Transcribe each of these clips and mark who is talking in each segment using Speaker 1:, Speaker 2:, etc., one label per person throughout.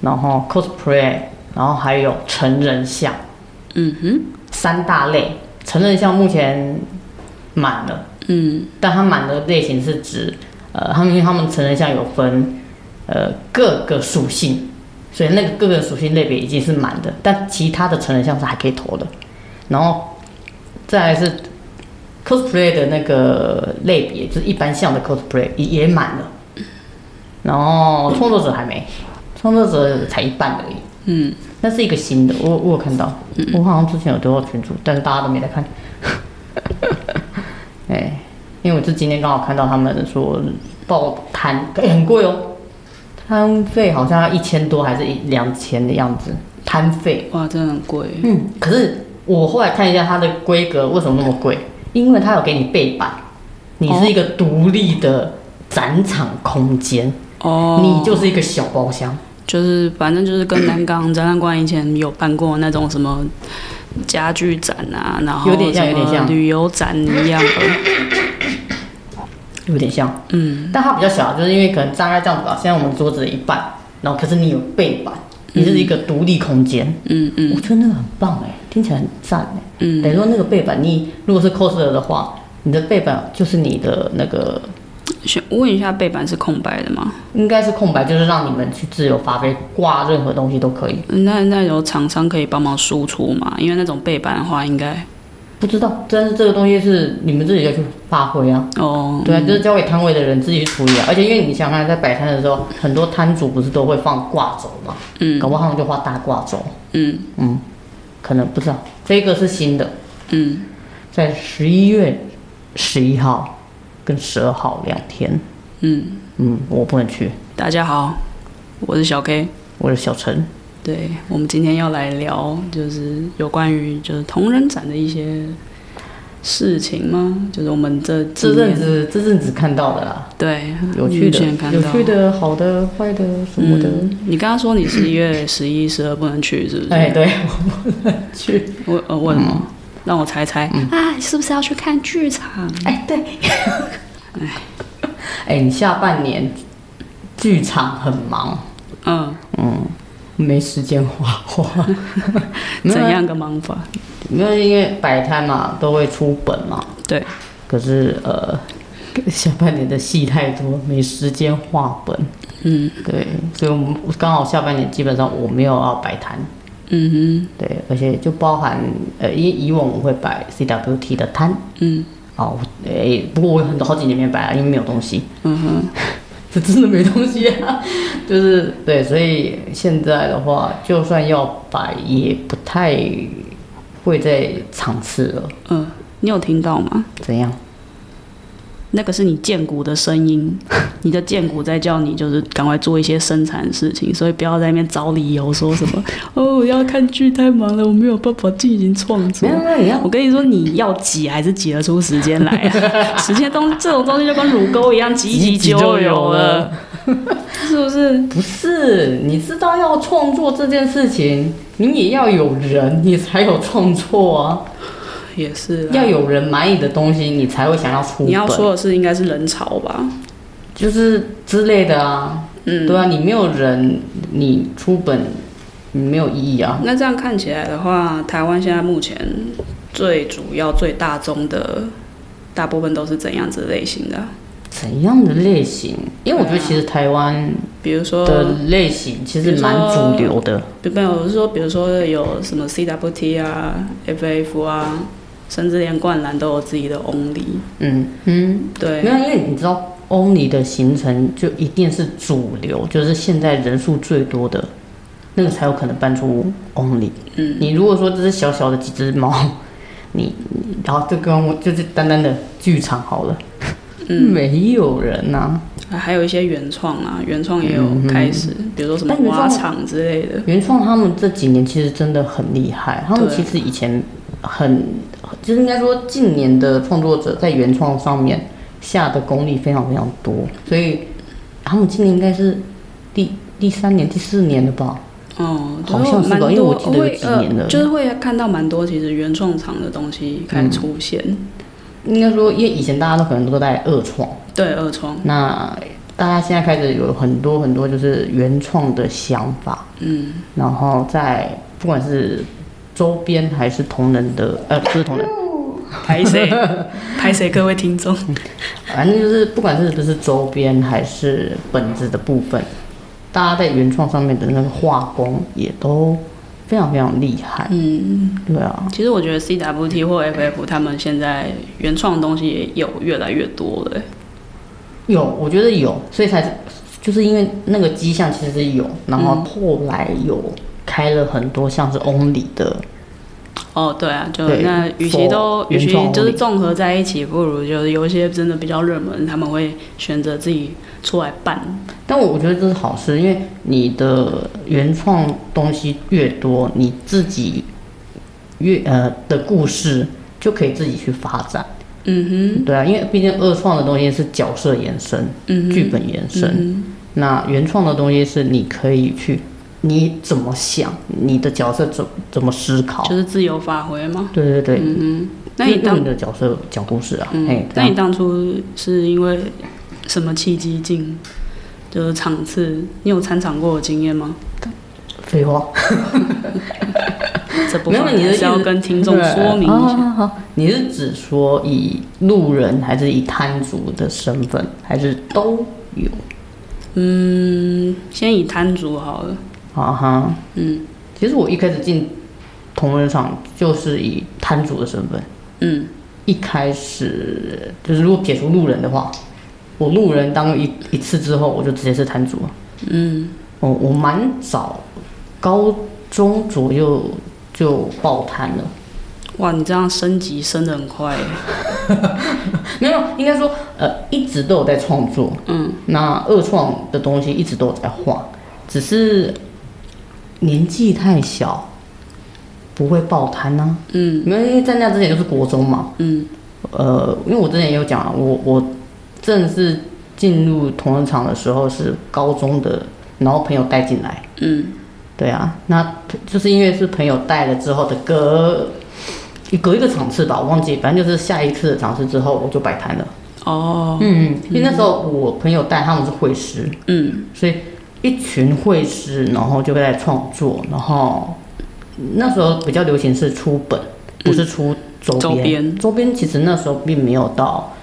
Speaker 1: 然后 cosplay，然后还有成人像，
Speaker 2: 嗯哼，
Speaker 1: 三大类。成人像目前满了，
Speaker 2: 嗯
Speaker 1: 但它满的类型是指，呃，他们因为他们成人像有分，呃，各个属性，所以那个各个属性类别已经是满的，但其他的成人像是还可以投的。然后再来是 cosplay 的那个类别，就是一般像的 cosplay 也也满了，然后创作者还没，创作者才一半而已。
Speaker 2: 嗯，
Speaker 1: 那是一个新的，我我有看到，我好像之前有丢到群组，但是大家都没来看。 哎、因为我是今天刚好看到他们说报摊、哎很贵哦，摊费好像要一千多还是一两千的样子，摊费。
Speaker 2: 哇，真的很贵。
Speaker 1: 嗯，可是我后来看一下它的规格为什么那么贵，因为它有给你背板，你是一个独立的展场空间，
Speaker 2: 哦
Speaker 1: 你就是一个小包厢。
Speaker 2: 就是反正就是跟南港展览馆以前有办过那种什么家具展啊，然后
Speaker 1: 有点像
Speaker 2: 什么
Speaker 1: 有点像
Speaker 2: 旅游展一 样的。
Speaker 1: 有点像，
Speaker 2: 嗯，
Speaker 1: 但它比较小，就是因为可能大概这样子吧。现在我们桌子的一半，然后可是你有背板，你就是一个独立空间。
Speaker 2: 嗯
Speaker 1: 我
Speaker 2: 嗯
Speaker 1: 觉得那个很棒哎、听起来很赞哎、
Speaker 2: 嗯，
Speaker 1: 等于说那个背板，你如果是 coser 的话，你的背板就是你的那个
Speaker 2: 先问一下背板是空白的吗？
Speaker 1: 应该是空白，就是让你们去自由发挥，挂任何东西都可以。
Speaker 2: 那那有厂商可以帮忙输出吗？因为那种背板的话，应该
Speaker 1: 不知道，但是这个东西是你们自己要去发挥啊。
Speaker 2: 哦，
Speaker 1: 对啊，就是交给摊位的人自己去处理啊。而且因为你想想看，在摆摊的时候，很多摊主不是都会放挂轴嘛，
Speaker 2: 嗯
Speaker 1: 搞不好他们就画大挂轴。
Speaker 2: 嗯
Speaker 1: 嗯，可能不知道，这个是新的，
Speaker 2: 嗯，
Speaker 1: 在十一月十一号跟十二号两天。
Speaker 2: 嗯，
Speaker 1: 嗯，我不能去，
Speaker 2: 大家好，我是小 K。
Speaker 1: 我是小陈。
Speaker 2: 嗯对我们今天要来聊，就是有关于就是同人展的一些事情吗？就是我们这几
Speaker 1: 这阵
Speaker 2: 年
Speaker 1: 子这阵子看到的啦，
Speaker 2: 对
Speaker 1: 有趣
Speaker 2: 之嗯前
Speaker 1: 的、
Speaker 2: 看到
Speaker 1: 有趣的、好的、坏的什么的。
Speaker 2: 嗯，你刚刚说你十一月十一、十二不能去，是不是？
Speaker 1: 哎，嗯对，我不能去。
Speaker 2: 我呃为什么？让我猜猜、
Speaker 1: 嗯
Speaker 2: 啊，是不是要去看剧场？
Speaker 1: 哎，对。 哎，你下半年剧场很忙，
Speaker 2: 嗯，
Speaker 1: 没时间画画。没有
Speaker 2: 怎
Speaker 1: 啊
Speaker 2: 样个忙法？
Speaker 1: 没有，因为摆摊嘛，都会出本嘛。
Speaker 2: 对，
Speaker 1: 可是呃，下半年的戏太多，没时间画本。
Speaker 2: 嗯
Speaker 1: 对，所以我们刚好下半年基本上我没有要摆摊。
Speaker 2: 嗯哼
Speaker 1: 对，而且就包含呃，以以往我会摆 CWT 的摊。
Speaker 2: 嗯
Speaker 1: 哦，诶、不过我有很多好几年没摆了，因为没有东西，
Speaker 2: 嗯哼，
Speaker 1: 是真的没东西啊。 就是对，所以现在的话，就算要摆，也不太会在场次了。
Speaker 2: 嗯，你有听到吗？
Speaker 1: 怎样？
Speaker 2: 那个是你剑骨的声 音，你的剑骨在叫你，就是赶快做一些生产的事情，所以不要在那边找理由说什么哦，我要看剧太忙了，我没有办法进行创作
Speaker 1: 没。有，没有，你要
Speaker 2: 我跟你说，你要挤还是挤得出时间来、 啊？时间东这种东西就跟乳沟一样，挤一挤就有了，。是不是？
Speaker 1: 不是，你知道要创作这件事情，你也要有人，你才有创作啊。
Speaker 2: 也是
Speaker 1: 要有人买你的东西，啊你才会想要出本，
Speaker 2: 你要说的是应该是人潮吧？
Speaker 1: 就是之类的啊。
Speaker 2: 嗯，
Speaker 1: 对啊，你没有人，你出本你没有意义啊。
Speaker 2: 那这样看起来的话，台湾现在目前最主要、最大宗的，大部分都是怎样子类型的啊？
Speaker 1: 怎样的类型？因为我觉得
Speaker 2: 对啊
Speaker 1: 其实台湾
Speaker 2: 比如说，
Speaker 1: 的类型其实蛮主流的。
Speaker 2: 比没有，我是说，比如说有什么 CWT 啊、FF 啊，甚至连灌篮都有自己的 Only。
Speaker 1: 嗯嗯，没
Speaker 2: 对，
Speaker 1: 有，因为你知道 Only 的行程就一定是主流，就是现在人数最多的那个才有可能搬出 Only。
Speaker 2: 嗯
Speaker 1: 你如果说这是小小的几只猫，你你然后就跟我就是单单的剧场好了，
Speaker 2: 嗯
Speaker 1: 没有人啊
Speaker 2: 还
Speaker 1: 呐、
Speaker 2: 还有一些原创啊，原创也有
Speaker 1: 嗯
Speaker 2: 开始，比如说什么
Speaker 1: 但原
Speaker 2: 挖
Speaker 1: 创
Speaker 2: 厂之类的。
Speaker 1: 原创他们这几年其实真的很厉害，他们
Speaker 2: 对
Speaker 1: 其实以前很，就是应该说近年的创作者在原创上面下的功力非常非常多，所以他们今年应该是第第三年、第四年了吧？
Speaker 2: 哦，
Speaker 1: 好像是
Speaker 2: 蛮
Speaker 1: 吧
Speaker 2: 多
Speaker 1: 因为我记得有几年
Speaker 2: 会
Speaker 1: 了
Speaker 2: 呃，就是会看到蛮多其实原创厂的东西开始出现，
Speaker 1: 应该说，因为以前大家都可能都在二创，
Speaker 2: 对二创，
Speaker 1: 那大家现在开始有很多很多就是原创的想法，
Speaker 2: 嗯，
Speaker 1: 然后在不管是周边还是同人的，呃，不是同人，
Speaker 2: 拍 谁拍谁各位听众，
Speaker 1: 反正就是不管是不是周边还是本子的部分，大家在原创上面的那个画工也都非常非常厉害。
Speaker 2: 嗯，
Speaker 1: 对啊，
Speaker 2: 其实我觉得 CWT 或 FF 他们现在原创的东西也有越来越多了，
Speaker 1: 有，我觉得有，所以才就是因为那个迹象其实有，然后后来有开了很多像是 Only 的，
Speaker 2: 哦，对啊，就
Speaker 1: 对
Speaker 2: 那与其
Speaker 1: for
Speaker 2: 都与
Speaker 1: 原
Speaker 2: 其
Speaker 1: 创
Speaker 2: 就是
Speaker 1: only
Speaker 2: 综合在一起，不如就是有一些真的比较热门，他们会选择自己出来办，
Speaker 1: 但我我觉得这是好事，因为你的原创东西越多，你自己越呃的故事就可以自己去发展。
Speaker 2: 嗯
Speaker 1: 对啊，因为毕竟二创的东西是角色延伸、
Speaker 2: 哼，嗯哼，
Speaker 1: 剧本延伸，
Speaker 2: 嗯
Speaker 1: 那原创的东西是你可以去你怎么想，你的角色怎怎么思考
Speaker 2: 哼，。就是自由发挥嘛，
Speaker 1: 对对对，
Speaker 2: 嗯哼，那你
Speaker 1: 用用
Speaker 2: 当
Speaker 1: 你的角色讲故事啊，哎
Speaker 2: 嗯，，
Speaker 1: 这
Speaker 2: 那你
Speaker 1: 样
Speaker 2: 当初是因为什么契机进就是场次？你有参场过的经验吗？
Speaker 1: 啊废话。
Speaker 2: 这部
Speaker 1: 没有，
Speaker 2: 分
Speaker 1: 你
Speaker 2: 还
Speaker 1: 的
Speaker 2: 是要
Speaker 1: 意思
Speaker 2: 跟听众说明一
Speaker 1: 对啊哦
Speaker 2: 下。
Speaker 1: 好好好你是指说以路人还是以摊主的身份，还是都有？
Speaker 2: 嗯，先以摊主好了。
Speaker 1: 啊哈，
Speaker 2: 嗯
Speaker 1: 其实我一开始进同人场就是以摊主的身份，
Speaker 2: 嗯
Speaker 1: 一开始就是如果撇除路人的话，我路人当一一次之后，我就直接是摊主了。
Speaker 2: 嗯
Speaker 1: 我我蛮早，高中左右就爆摊了。
Speaker 2: 哇，你这样升级升的很快耶。
Speaker 1: 没有，应该说，呃，一直都有在创作，
Speaker 2: 嗯，
Speaker 1: 那二创的东西一直都有在画，只是年纪太小，不会爆摊呢、
Speaker 2: 嗯
Speaker 1: 没有，因为在那之前就是国中嘛，
Speaker 2: 嗯
Speaker 1: 呃，因为我之前也有讲啊，我我正式进入同仁场的时候是高中的，然后朋友带进来，
Speaker 2: 嗯，
Speaker 1: 对啊，那就是因为是朋友带了之后的隔隔一个场次吧，我忘记，反正就是下一次的场次之后我就摆摊了。
Speaker 2: 哦，
Speaker 1: 嗯，因为那时候我朋友带他们是会师，
Speaker 2: 嗯
Speaker 1: 所以一群会师，然后就会在创作，然后那时候比较流行是出本，不是出周
Speaker 2: 周
Speaker 1: 边。
Speaker 2: 边
Speaker 1: 周边其实那时候并没有到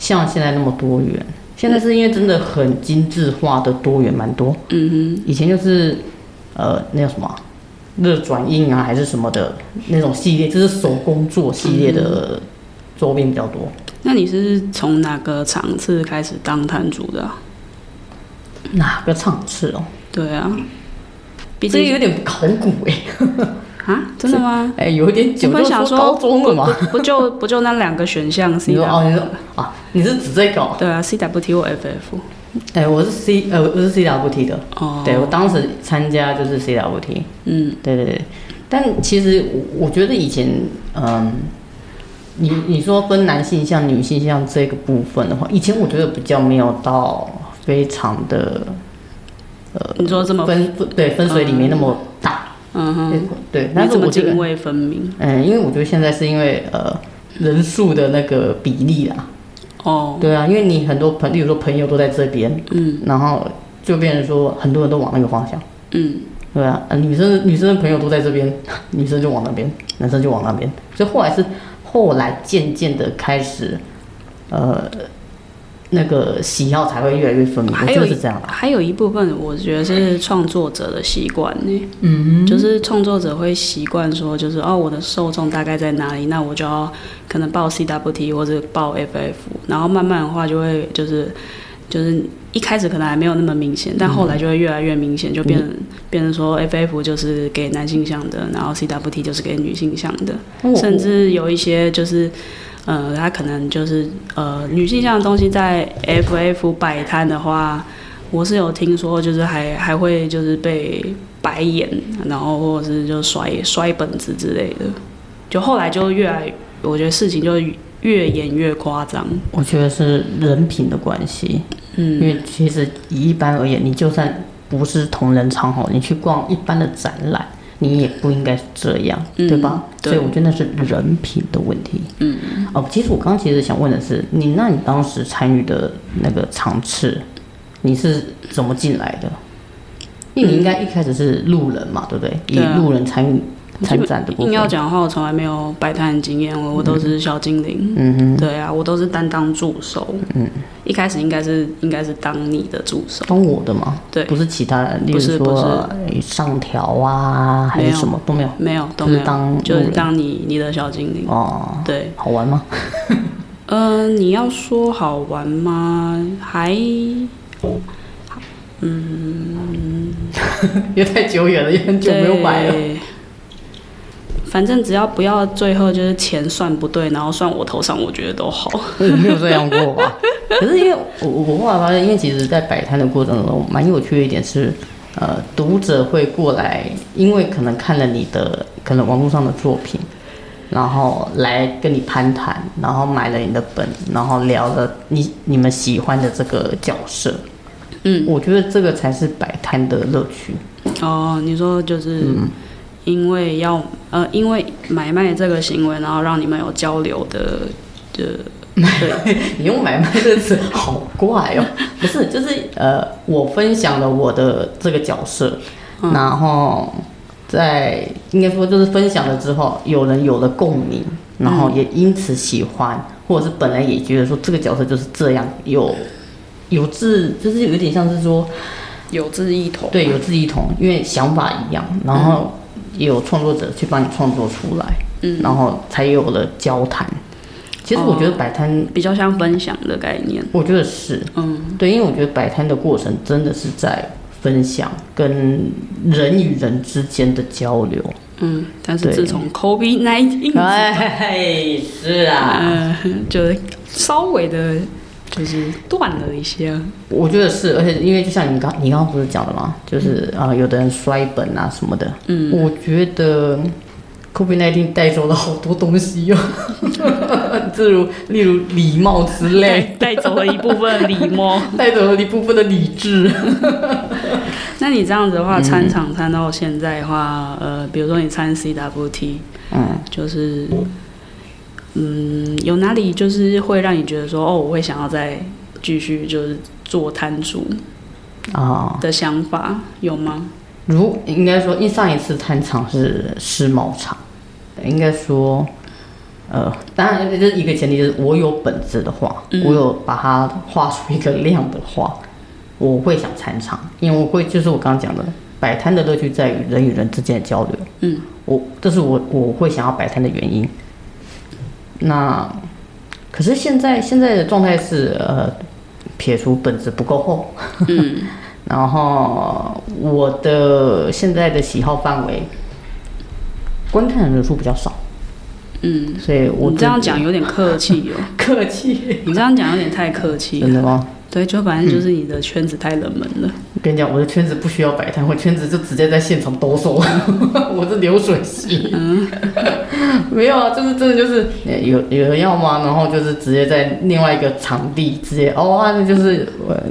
Speaker 1: 像现在那么多元，现在是因为真的很精致化的多元蛮多，
Speaker 2: 嗯
Speaker 1: 以前就是呃那叫什么啊热转印啊还是什么的那种系列，就是手工做系列
Speaker 2: 嗯
Speaker 1: 的周边比较多。
Speaker 2: 哼，那你是从哪个场次开始当摊主的、啊？
Speaker 1: 哪个场次哦？
Speaker 2: 对啊，毕
Speaker 1: 这个
Speaker 2: 竟
Speaker 1: 有点考古哎、
Speaker 2: 啊，真的吗？
Speaker 1: 哎、有点久
Speaker 2: 原本
Speaker 1: 就
Speaker 2: 想
Speaker 1: 说
Speaker 2: 说
Speaker 1: 高中了嘛。
Speaker 2: 不不就不就那两个选项 C
Speaker 1: 你说哦，
Speaker 2: W
Speaker 1: 你说啊，你是指这个哦？
Speaker 2: 对啊 C W T 或 F F
Speaker 1: 哎、我是 C 呃，我是 CWT 的，
Speaker 2: 哦，
Speaker 1: 对我当时参加就是 CWT，
Speaker 2: 嗯
Speaker 1: 对对对。但其实我我觉得以前，嗯，你你说分男性向、女性向这个部分的话，以前我觉得比较没有到非常的
Speaker 2: 你说这么
Speaker 1: 分分对分水岭没那么大，
Speaker 2: 嗯哼，
Speaker 1: 对。但
Speaker 2: 你
Speaker 1: 是
Speaker 2: 这
Speaker 1: 我
Speaker 2: 么
Speaker 1: 觉得
Speaker 2: 泾，渭分明
Speaker 1: 嗯，因为我觉得现在是因为呃人数的那个比例啦，
Speaker 2: 哦，
Speaker 1: 对啊，因为你很多朋，例如说朋友都在这边，
Speaker 2: 嗯
Speaker 1: 然后就变成说很多人都往那个方向，
Speaker 2: 嗯
Speaker 1: 对啊，呃女生女生的朋友都在这边，女生就往那边，男生就往那边，所以后来是后来渐渐的开始，呃，那个喜好才会越来越分明，我
Speaker 2: 还
Speaker 1: 觉
Speaker 2: 有
Speaker 1: 得
Speaker 2: 一
Speaker 1: 是这样啦。
Speaker 2: 还有一部分我觉得是创作者的习惯呢，
Speaker 1: 嗯，
Speaker 2: 就是创作者会习惯说就是哦我的受众大概在哪里，那我就要可能报 C W T 或者报 F F，然后慢慢的话就会就是就是一开始可能还没有那么明显，但后来就会越来越明显，就变成变成说 FF 就是给
Speaker 1: 哦
Speaker 2: 男性向的，然后 CWT 就是给女性向的，
Speaker 1: 我
Speaker 2: 甚至有一些就是呃，它可能就是呃女性向的东西在 FF 摆摊的话，我是有听说，就是还还会就是被白眼，然后或者是就摔摔本子之类的。就后来就越来，我觉得事情就越演越夸张。
Speaker 1: 我觉得是人品的关系，因
Speaker 2: 嗯，
Speaker 1: 为其实以一般而言，你就算不是同人场吼，你去逛一般的展览，你也不应该这样，
Speaker 2: 嗯
Speaker 1: 对吧？
Speaker 2: 对
Speaker 1: 所以我觉得那是人品的问题。嗯，哦，其实我刚刚其实想问的是，你那你当时参与的那个场次，你是怎么进来的？因为你应该一开始是路人嘛，对不对？以
Speaker 2: 对啊
Speaker 1: 路人参与
Speaker 2: 基
Speaker 1: 参
Speaker 2: 本
Speaker 1: 展的部
Speaker 2: 硬要
Speaker 1: 分，
Speaker 2: 讲的话，我从来没有摆摊的经验，我我都是小精灵。
Speaker 1: 嗯哼，
Speaker 2: 对啊，我都是担当助手。嗯，一开始应该是应该是当你的助手。
Speaker 1: 当我的嘛，
Speaker 2: 对
Speaker 1: 不是其他人，例
Speaker 2: 不
Speaker 1: 如
Speaker 2: 是不
Speaker 1: 说哎上调啊，还
Speaker 2: 没
Speaker 1: 是
Speaker 2: 有
Speaker 1: 什么都没有。
Speaker 2: 没有，都
Speaker 1: 就是
Speaker 2: 没有，
Speaker 1: 当
Speaker 2: 就是
Speaker 1: 路人
Speaker 2: 当你你的小精灵。
Speaker 1: 哦，
Speaker 2: 对，
Speaker 1: 好玩吗？
Speaker 2: 嗯、你要说好玩吗？还
Speaker 1: 因为太久远了，也很久没有买 了。
Speaker 2: 对反正只要不要最后就是钱算不对，然后算我头上，我觉得都好。
Speaker 1: 我没有这样过吧？可是因为我我后来发现，因为其实，在摆摊的过程中，蛮有趣的一点是，呃，读者会过来，因为可能看了你的可能网络上的作品，然后来跟你攀谈，然后买了你的本，然后聊了你你们喜欢的这个角色。
Speaker 2: 嗯，
Speaker 1: 我觉得这个才是摆摊的乐趣。
Speaker 2: 哦，你说就是
Speaker 1: 嗯
Speaker 2: 因为要、呃，因为买卖这个行为，然后让你们有交流的的
Speaker 1: 你用买卖这个词好怪哦， 不是，就是呃，我分享了我的这个角色，
Speaker 2: 嗯
Speaker 1: 然后在应该说就是分享了之后，有人有了共鸣，然后也因此喜欢，或者是本来也觉得说这个角色就是这样，有有志，就是有点像是说
Speaker 2: 有志一同。
Speaker 1: 对有志一同，因为想法一样，然后也有创作者去帮你创作出来，
Speaker 2: 嗯，哦
Speaker 1: 然后才有了交谈。其实我觉得摆摊，
Speaker 2: 比较像分享的概念。
Speaker 1: 我觉得是。
Speaker 2: 嗯，
Speaker 1: 对，因为我觉得摆摊的过程真的是在分享跟人与人之间的交流。
Speaker 2: 嗯，但是
Speaker 1: 对
Speaker 2: 自从 COVID 19，
Speaker 1: 哎， 是啊，
Speaker 2: 呃，就是稍微的，就是断了一些。
Speaker 1: 我觉得是，而且因为就像你刚你刚刚不是讲了嘛，就是啊、呃有的人摔本啊什么的，嗯，我觉得 COVID 19带走了好多东西哟、 哦，例如例如礼貌之
Speaker 2: 带
Speaker 1: 类，
Speaker 2: 带走了一部分礼 貌。
Speaker 1: 带走了一部分的理智。
Speaker 2: 那你这样子的话，参场参到现在的话，呃，比如说你参 CWT，
Speaker 1: 嗯，
Speaker 2: 就是，嗯，有哪里就是会让你觉得说，哦，我会想要再继续就是做摊主
Speaker 1: 啊、
Speaker 2: 的想法有吗？
Speaker 1: 如应该说，因为上一次摊场是世贸场，应该说，呃，当然这是一个前提，就是我有本子的话，
Speaker 2: 嗯
Speaker 1: 我有把它画出一个量的话，我会想参场，因为我会就是我刚刚讲的，摆摊的乐趣在于人与人之间的交流。
Speaker 2: 嗯，
Speaker 1: 我这是我我会想要摆摊的原因。那可是现在现在的状态是，呃，撇除本子不够厚，
Speaker 2: 嗯，
Speaker 1: 然后我的现在的喜好范围，观看的人数比较少，
Speaker 2: 嗯，
Speaker 1: 所以 我
Speaker 2: 你这样讲有点客气哦，
Speaker 1: 客气，
Speaker 2: 你这样讲有点太客气
Speaker 1: 真
Speaker 2: 了。
Speaker 1: 的吗？
Speaker 2: 对，就反正就是你的圈子太冷门了。
Speaker 1: 我跟你讲，我的圈子不需要摆摊，我圈子就直接在现场兜售， 我是流水席。
Speaker 2: 嗯
Speaker 1: 没有啊，就是真的就是呃有有人要吗？然后就是直接在另外一个场地直接哦啊，那就是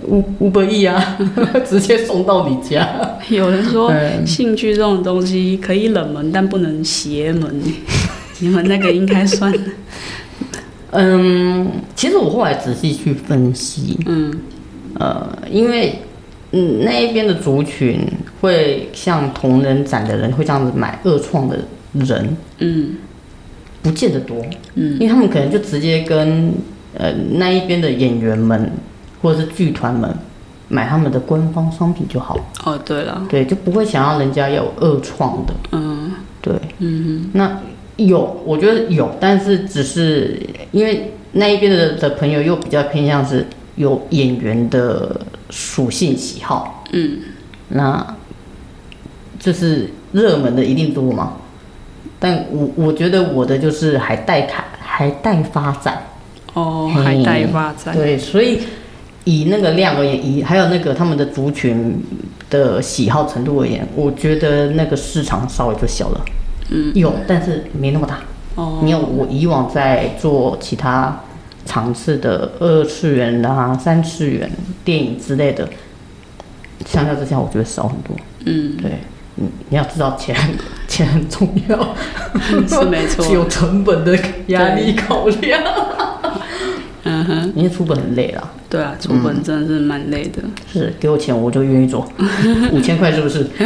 Speaker 1: 五五百亿啊， 直接送到你家。
Speaker 2: 有人说
Speaker 1: 嗯
Speaker 2: 兴趣这种东西可以冷门，但不能邪 门。你们那个应该算，
Speaker 1: 嗯，其实我后来仔细去分析，
Speaker 2: 嗯
Speaker 1: 呃，因为嗯那一边的族群会像同人展的人会这样子买二创的人，
Speaker 2: 嗯
Speaker 1: 不见得多，因
Speaker 2: 嗯
Speaker 1: 为他们可能就直接跟呃那一边的演员们或者是剧团们买他们的官方商品就好，
Speaker 2: 哦，对了，
Speaker 1: 对，就不会想要人家有二创的，
Speaker 2: 嗯
Speaker 1: 对，
Speaker 2: 嗯
Speaker 1: 那有，我觉得有，但是只是因为那一边的的朋友又比较偏向是有演员的属性喜好，
Speaker 2: 嗯，
Speaker 1: 那就是热门的一定多嘛。但我我觉得我的就是还带卡，还还待发展。
Speaker 3: 哦，
Speaker 1: 嗯
Speaker 3: 还待发展。
Speaker 1: 对，所以以那个量而言，以还有那个他们的族群的喜好程度而言，我觉得那个市场稍微就小了。嗯，有，但是没那么大。
Speaker 2: 哦，
Speaker 1: 你有我以往在做其他场次的二次元啊、三次元电影之类的，相较之下，我觉得少很多。
Speaker 2: 嗯，
Speaker 1: 对，嗯，你要知道钱，钱很 重要，
Speaker 2: 嗯是 没错
Speaker 1: 有成本的压力考量，
Speaker 2: 嗯哼，
Speaker 1: 因为出本很累啦。
Speaker 2: 对啊，出本真的是蛮累的。
Speaker 1: 是给我钱我就愿意 做，五千块是不是？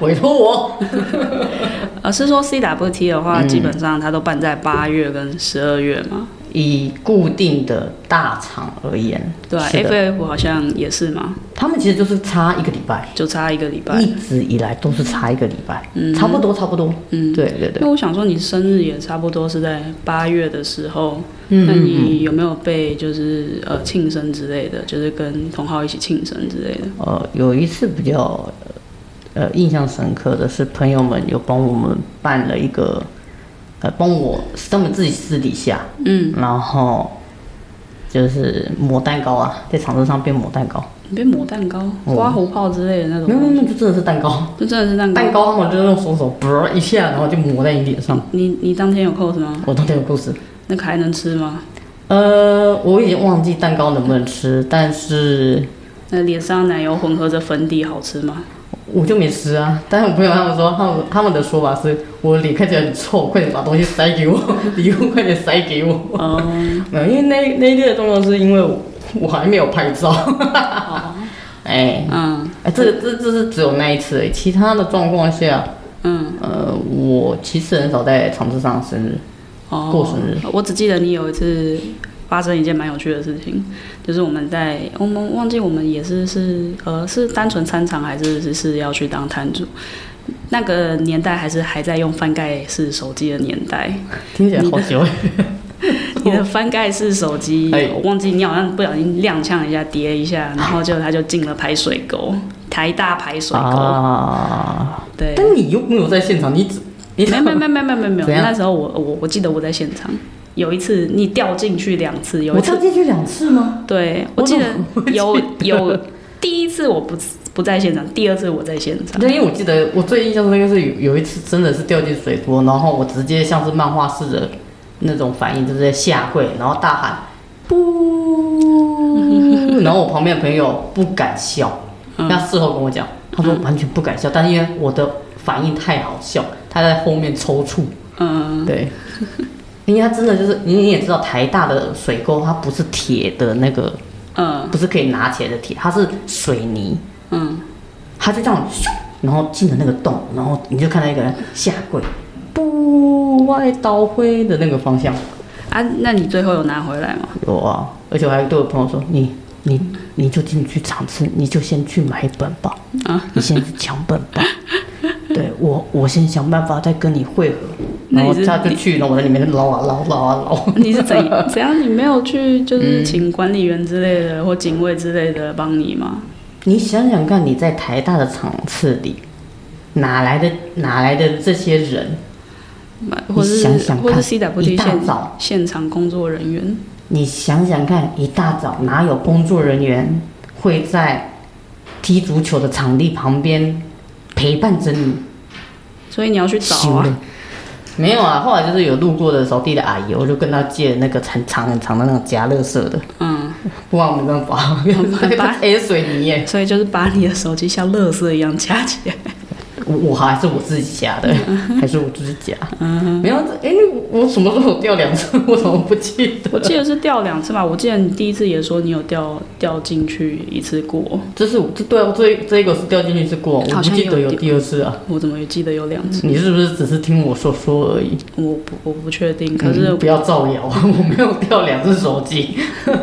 Speaker 1: 委托我。嗯
Speaker 2: 而是说 CWT 的话，基本上它都办在八月跟十二月嘛。
Speaker 1: 以固定的大厂而言，
Speaker 2: 对啊
Speaker 1: 是的
Speaker 2: ，FF 好像也是嘛，
Speaker 1: 他们其实就是差一个礼拜，
Speaker 2: 就差一个礼拜。
Speaker 1: 一直以来都是差一个礼拜，
Speaker 2: 嗯
Speaker 1: 差不多差不多。
Speaker 2: 嗯，
Speaker 1: 对对对
Speaker 2: 因，为我想说，你生日也差不多是在八月的时候，
Speaker 1: 嗯
Speaker 2: 那
Speaker 1: 嗯
Speaker 2: 你有没有被就是呃庆生之类的，就是跟同好一起庆生之类的？
Speaker 1: 呃，有一次比较呃印象深刻的是，朋友们有帮我们办了一个，呃，帮我是他们自己私底下，
Speaker 2: 嗯，
Speaker 1: 然后就是抹蛋糕啊，在场子上边抹蛋糕，
Speaker 2: 你被抹蛋糕、
Speaker 1: 哦
Speaker 2: 刮胡泡之类的那种
Speaker 1: 没有啊没
Speaker 2: 东
Speaker 1: 有没
Speaker 2: 西，
Speaker 1: 有，就真的是蛋糕，
Speaker 2: 这真的是蛋糕。
Speaker 1: 蛋糕他们就是用手手啵一下，然后就抹在你脸上。
Speaker 2: 你你当天有 cos 吗？
Speaker 1: 我当天有故事。
Speaker 2: 那个还能吃吗？
Speaker 1: 呃，我已经忘记蛋糕能不能吃，但是
Speaker 2: 那脸上奶油混合着粉底好吃吗？
Speaker 1: 我就没吃啊。但是我朋友他们说，他们他们的说法是我脸看起来很臭，快点把东西塞给我， 礼物快点塞给我。
Speaker 2: 哦、
Speaker 1: 没有，因为那那一天的重要是因为我我还没有拍照。
Speaker 2: 哦
Speaker 1: 哎
Speaker 2: 嗯
Speaker 1: 哎，这个这这是只有那一次而已，其他的状况下，
Speaker 2: 嗯，
Speaker 1: 呃，我其实很少在场子上生日。
Speaker 2: 哦，
Speaker 1: 过生日
Speaker 2: 我只记得你有一次发生一件蛮有趣的事情，就是我们在我们忘记我们也是是呃是单纯参场还是是是要去当摊主。那个年代还是还在用翻盖式手机的年代，
Speaker 1: 听起来好久，
Speaker 2: 你的翻盖式手机
Speaker 1: 哎，
Speaker 2: 我忘记你好像不小心踉跄一下跌一下，然后就它就进了排水沟，台大排水沟，
Speaker 1: 啊！
Speaker 2: 对，
Speaker 1: 但你又没有在现场，你只你
Speaker 2: 没有没有没有没有没有没有，
Speaker 1: 怎样
Speaker 2: 那时候我我我记得我在现场，有一次你掉进去两次，有
Speaker 1: 我
Speaker 2: 一次
Speaker 1: 跳进去两次吗？
Speaker 2: 对我
Speaker 1: 我
Speaker 2: 记
Speaker 1: 怎
Speaker 2: 得
Speaker 1: 么会
Speaker 2: 有
Speaker 1: 记得
Speaker 2: 有第一次我不不在现场，第二次我在现场，
Speaker 1: 对，因为我记得我最印象深刻是有有一次真的是掉进水沟，然后我直接像是漫画式的那种反应，就是在下跪，然后大喊不，然后我旁边的朋友不敢笑，他事后跟我讲，他说完全不敢笑，但因为我的反应太好笑，他在后面抽搐，
Speaker 2: 嗯，
Speaker 1: 对。因为他真的就是，你你也知道，台大的水沟它不是铁的那个，
Speaker 2: 嗯
Speaker 1: 不是可以拿起来的铁，它是水泥，
Speaker 2: 嗯，
Speaker 1: 他就这样咻，然后进了那个洞，然后你就看到一个人下跪，不外倒灰的那个方向。
Speaker 2: 啊，那你最后有拿回 来吗？
Speaker 1: 有啊，而且我还对我朋友说，你你你就进去场次，你就先去买本吧，你先去抢本吧。 对我，我先想办法再跟你会合。
Speaker 2: 那
Speaker 1: 然
Speaker 2: 你
Speaker 1: 后
Speaker 2: 是
Speaker 1: 他就去，然后我在里面捞啊捞，捞啊捞。
Speaker 2: 你是怎怎样？你没有去就是请管理员之类的或警卫之类的帮你吗？
Speaker 1: 你想想看，你在台大的场次里，哪来的哪来的这些人？
Speaker 2: 或是
Speaker 1: 想想
Speaker 2: 或
Speaker 1: 看
Speaker 2: 是 CWT
Speaker 1: 一大
Speaker 2: 现
Speaker 1: 早
Speaker 2: 现场工作人员，
Speaker 1: 你想想看，一大早哪有工作人员会在踢足球的场地旁边陪伴着你？
Speaker 2: 所以你要去找
Speaker 1: 行
Speaker 2: 啊
Speaker 1: 了。没有啊，后来就是有路过的扫地的阿哎姨，我就跟她借那个很长很长的那种夹乐色的，
Speaker 2: 嗯，
Speaker 1: 不然我没办法，
Speaker 2: 办法
Speaker 1: 那个黑水泥耶，
Speaker 2: 所以就是把你的手机像垃圾一样夹起来。
Speaker 1: 我我还是我自己夹的，
Speaker 2: 嗯
Speaker 1: 还是我自己夹。没有，哎，我我什么时候掉两次？ 我怎么不记
Speaker 2: 我
Speaker 1: 得？
Speaker 2: 记得是掉两次吧，我记得你第一次也说你有掉掉进去一次过，
Speaker 1: 这是我这对啊，这这一个是掉进去是过，我
Speaker 2: 好
Speaker 1: 不
Speaker 2: 像
Speaker 1: 记得
Speaker 2: 有
Speaker 1: 有第二次啊。
Speaker 2: 我怎么也记得有两次？
Speaker 1: 你是不是只是听我说说而已？
Speaker 2: 我不我不确定，可是、
Speaker 1: 嗯不要造谣， 我没有掉两只手机。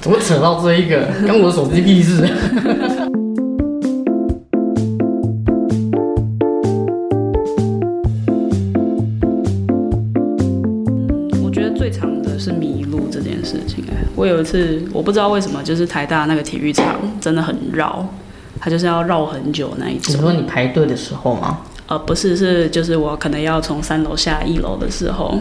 Speaker 1: 怎么扯到这一个？跟我的手机屁事。
Speaker 2: 我觉得最长的是迷路这件事情、哎，我有一次我不知道为什么，就是台大那个体育场真的很绕，它就是要绕很久那一
Speaker 1: 你
Speaker 2: 种。
Speaker 1: 说你排队的时候吗？啊
Speaker 2: 呃，不是，是就是我可能要从三楼下一楼的时候，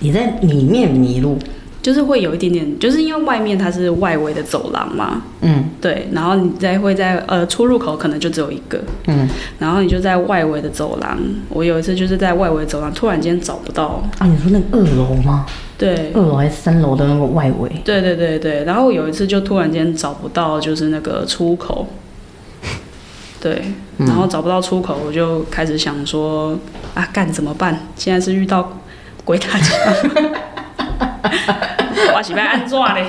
Speaker 1: 你在里面迷路，
Speaker 2: 就是会有一点点，就是因为外面它是外围的走廊嘛，
Speaker 1: 嗯
Speaker 2: 对，然后你再会在呃出入口可能就只有一个，
Speaker 1: 嗯，
Speaker 2: 然后你就在外围的走廊。我有一次就是在外围走廊突然间找不到，
Speaker 1: 啊，你说那个二楼吗？
Speaker 2: 对，
Speaker 1: 二楼还是三楼的那个外围？
Speaker 2: 对对对对，然后我有一次就突然间找不到，就是那个出口，对，然后找不到出口，我就开始想说啊，干怎么办？现在是遇到鬼打墙， 我是被安怎嘞？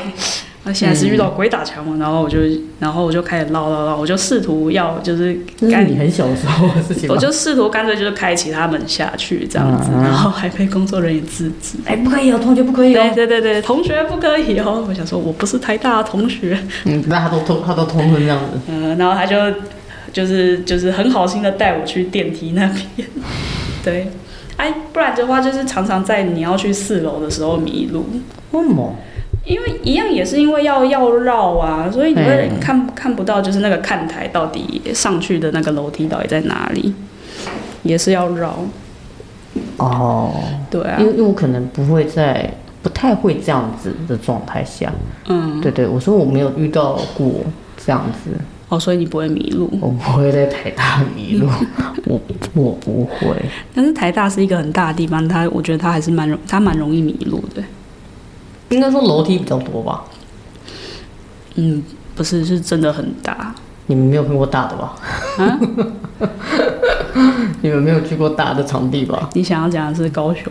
Speaker 2: 那现在是遇到鬼打墙嘛？然后我就，然后我就开始唠唠唠，我就试图要就是
Speaker 1: 那
Speaker 2: 干
Speaker 1: 是你很小的时候的事情吗
Speaker 2: 我？就试图干脆就是开其他门下去这样子，
Speaker 1: 嗯嗯
Speaker 2: 然后还被工作人员制止。
Speaker 1: 哎，不可以哦，同学不可以
Speaker 2: 对
Speaker 1: 哦。
Speaker 2: 对对对，同学不可以哦。我想说，我不是台大的同学，
Speaker 1: 嗯，那他都通，他都通通这样子。
Speaker 2: 嗯、然后他就就是就是很好心的带我去电梯那边，对，哎，不然的话就是常常在你要去四楼的时候迷路，
Speaker 1: 为什么？
Speaker 2: 因为一样也是因为要要绕啊，所以你会
Speaker 1: 嗯
Speaker 2: 看看不到就是那个看台到底上去的那个楼梯到底在哪里，也是要绕，
Speaker 1: 哦，
Speaker 2: 对啊
Speaker 1: 因，为因为我可能不会在，不太会这样子的状态下。
Speaker 2: 嗯，
Speaker 1: 对对，我说我没有遇到过这样子，
Speaker 2: 哦，所以你不会迷路，
Speaker 1: 我不会在台大迷 路，我我不会。
Speaker 2: 但是台大是一个很大的地方，它我觉得它还是蛮容它蛮容易迷路的。
Speaker 1: 应该说楼梯比较多吧？
Speaker 2: 嗯，不是，是真的很大。
Speaker 1: 你们没有看过大的吧？啊 你们没有去过大的场地吧？
Speaker 2: 你想要讲的是高雄？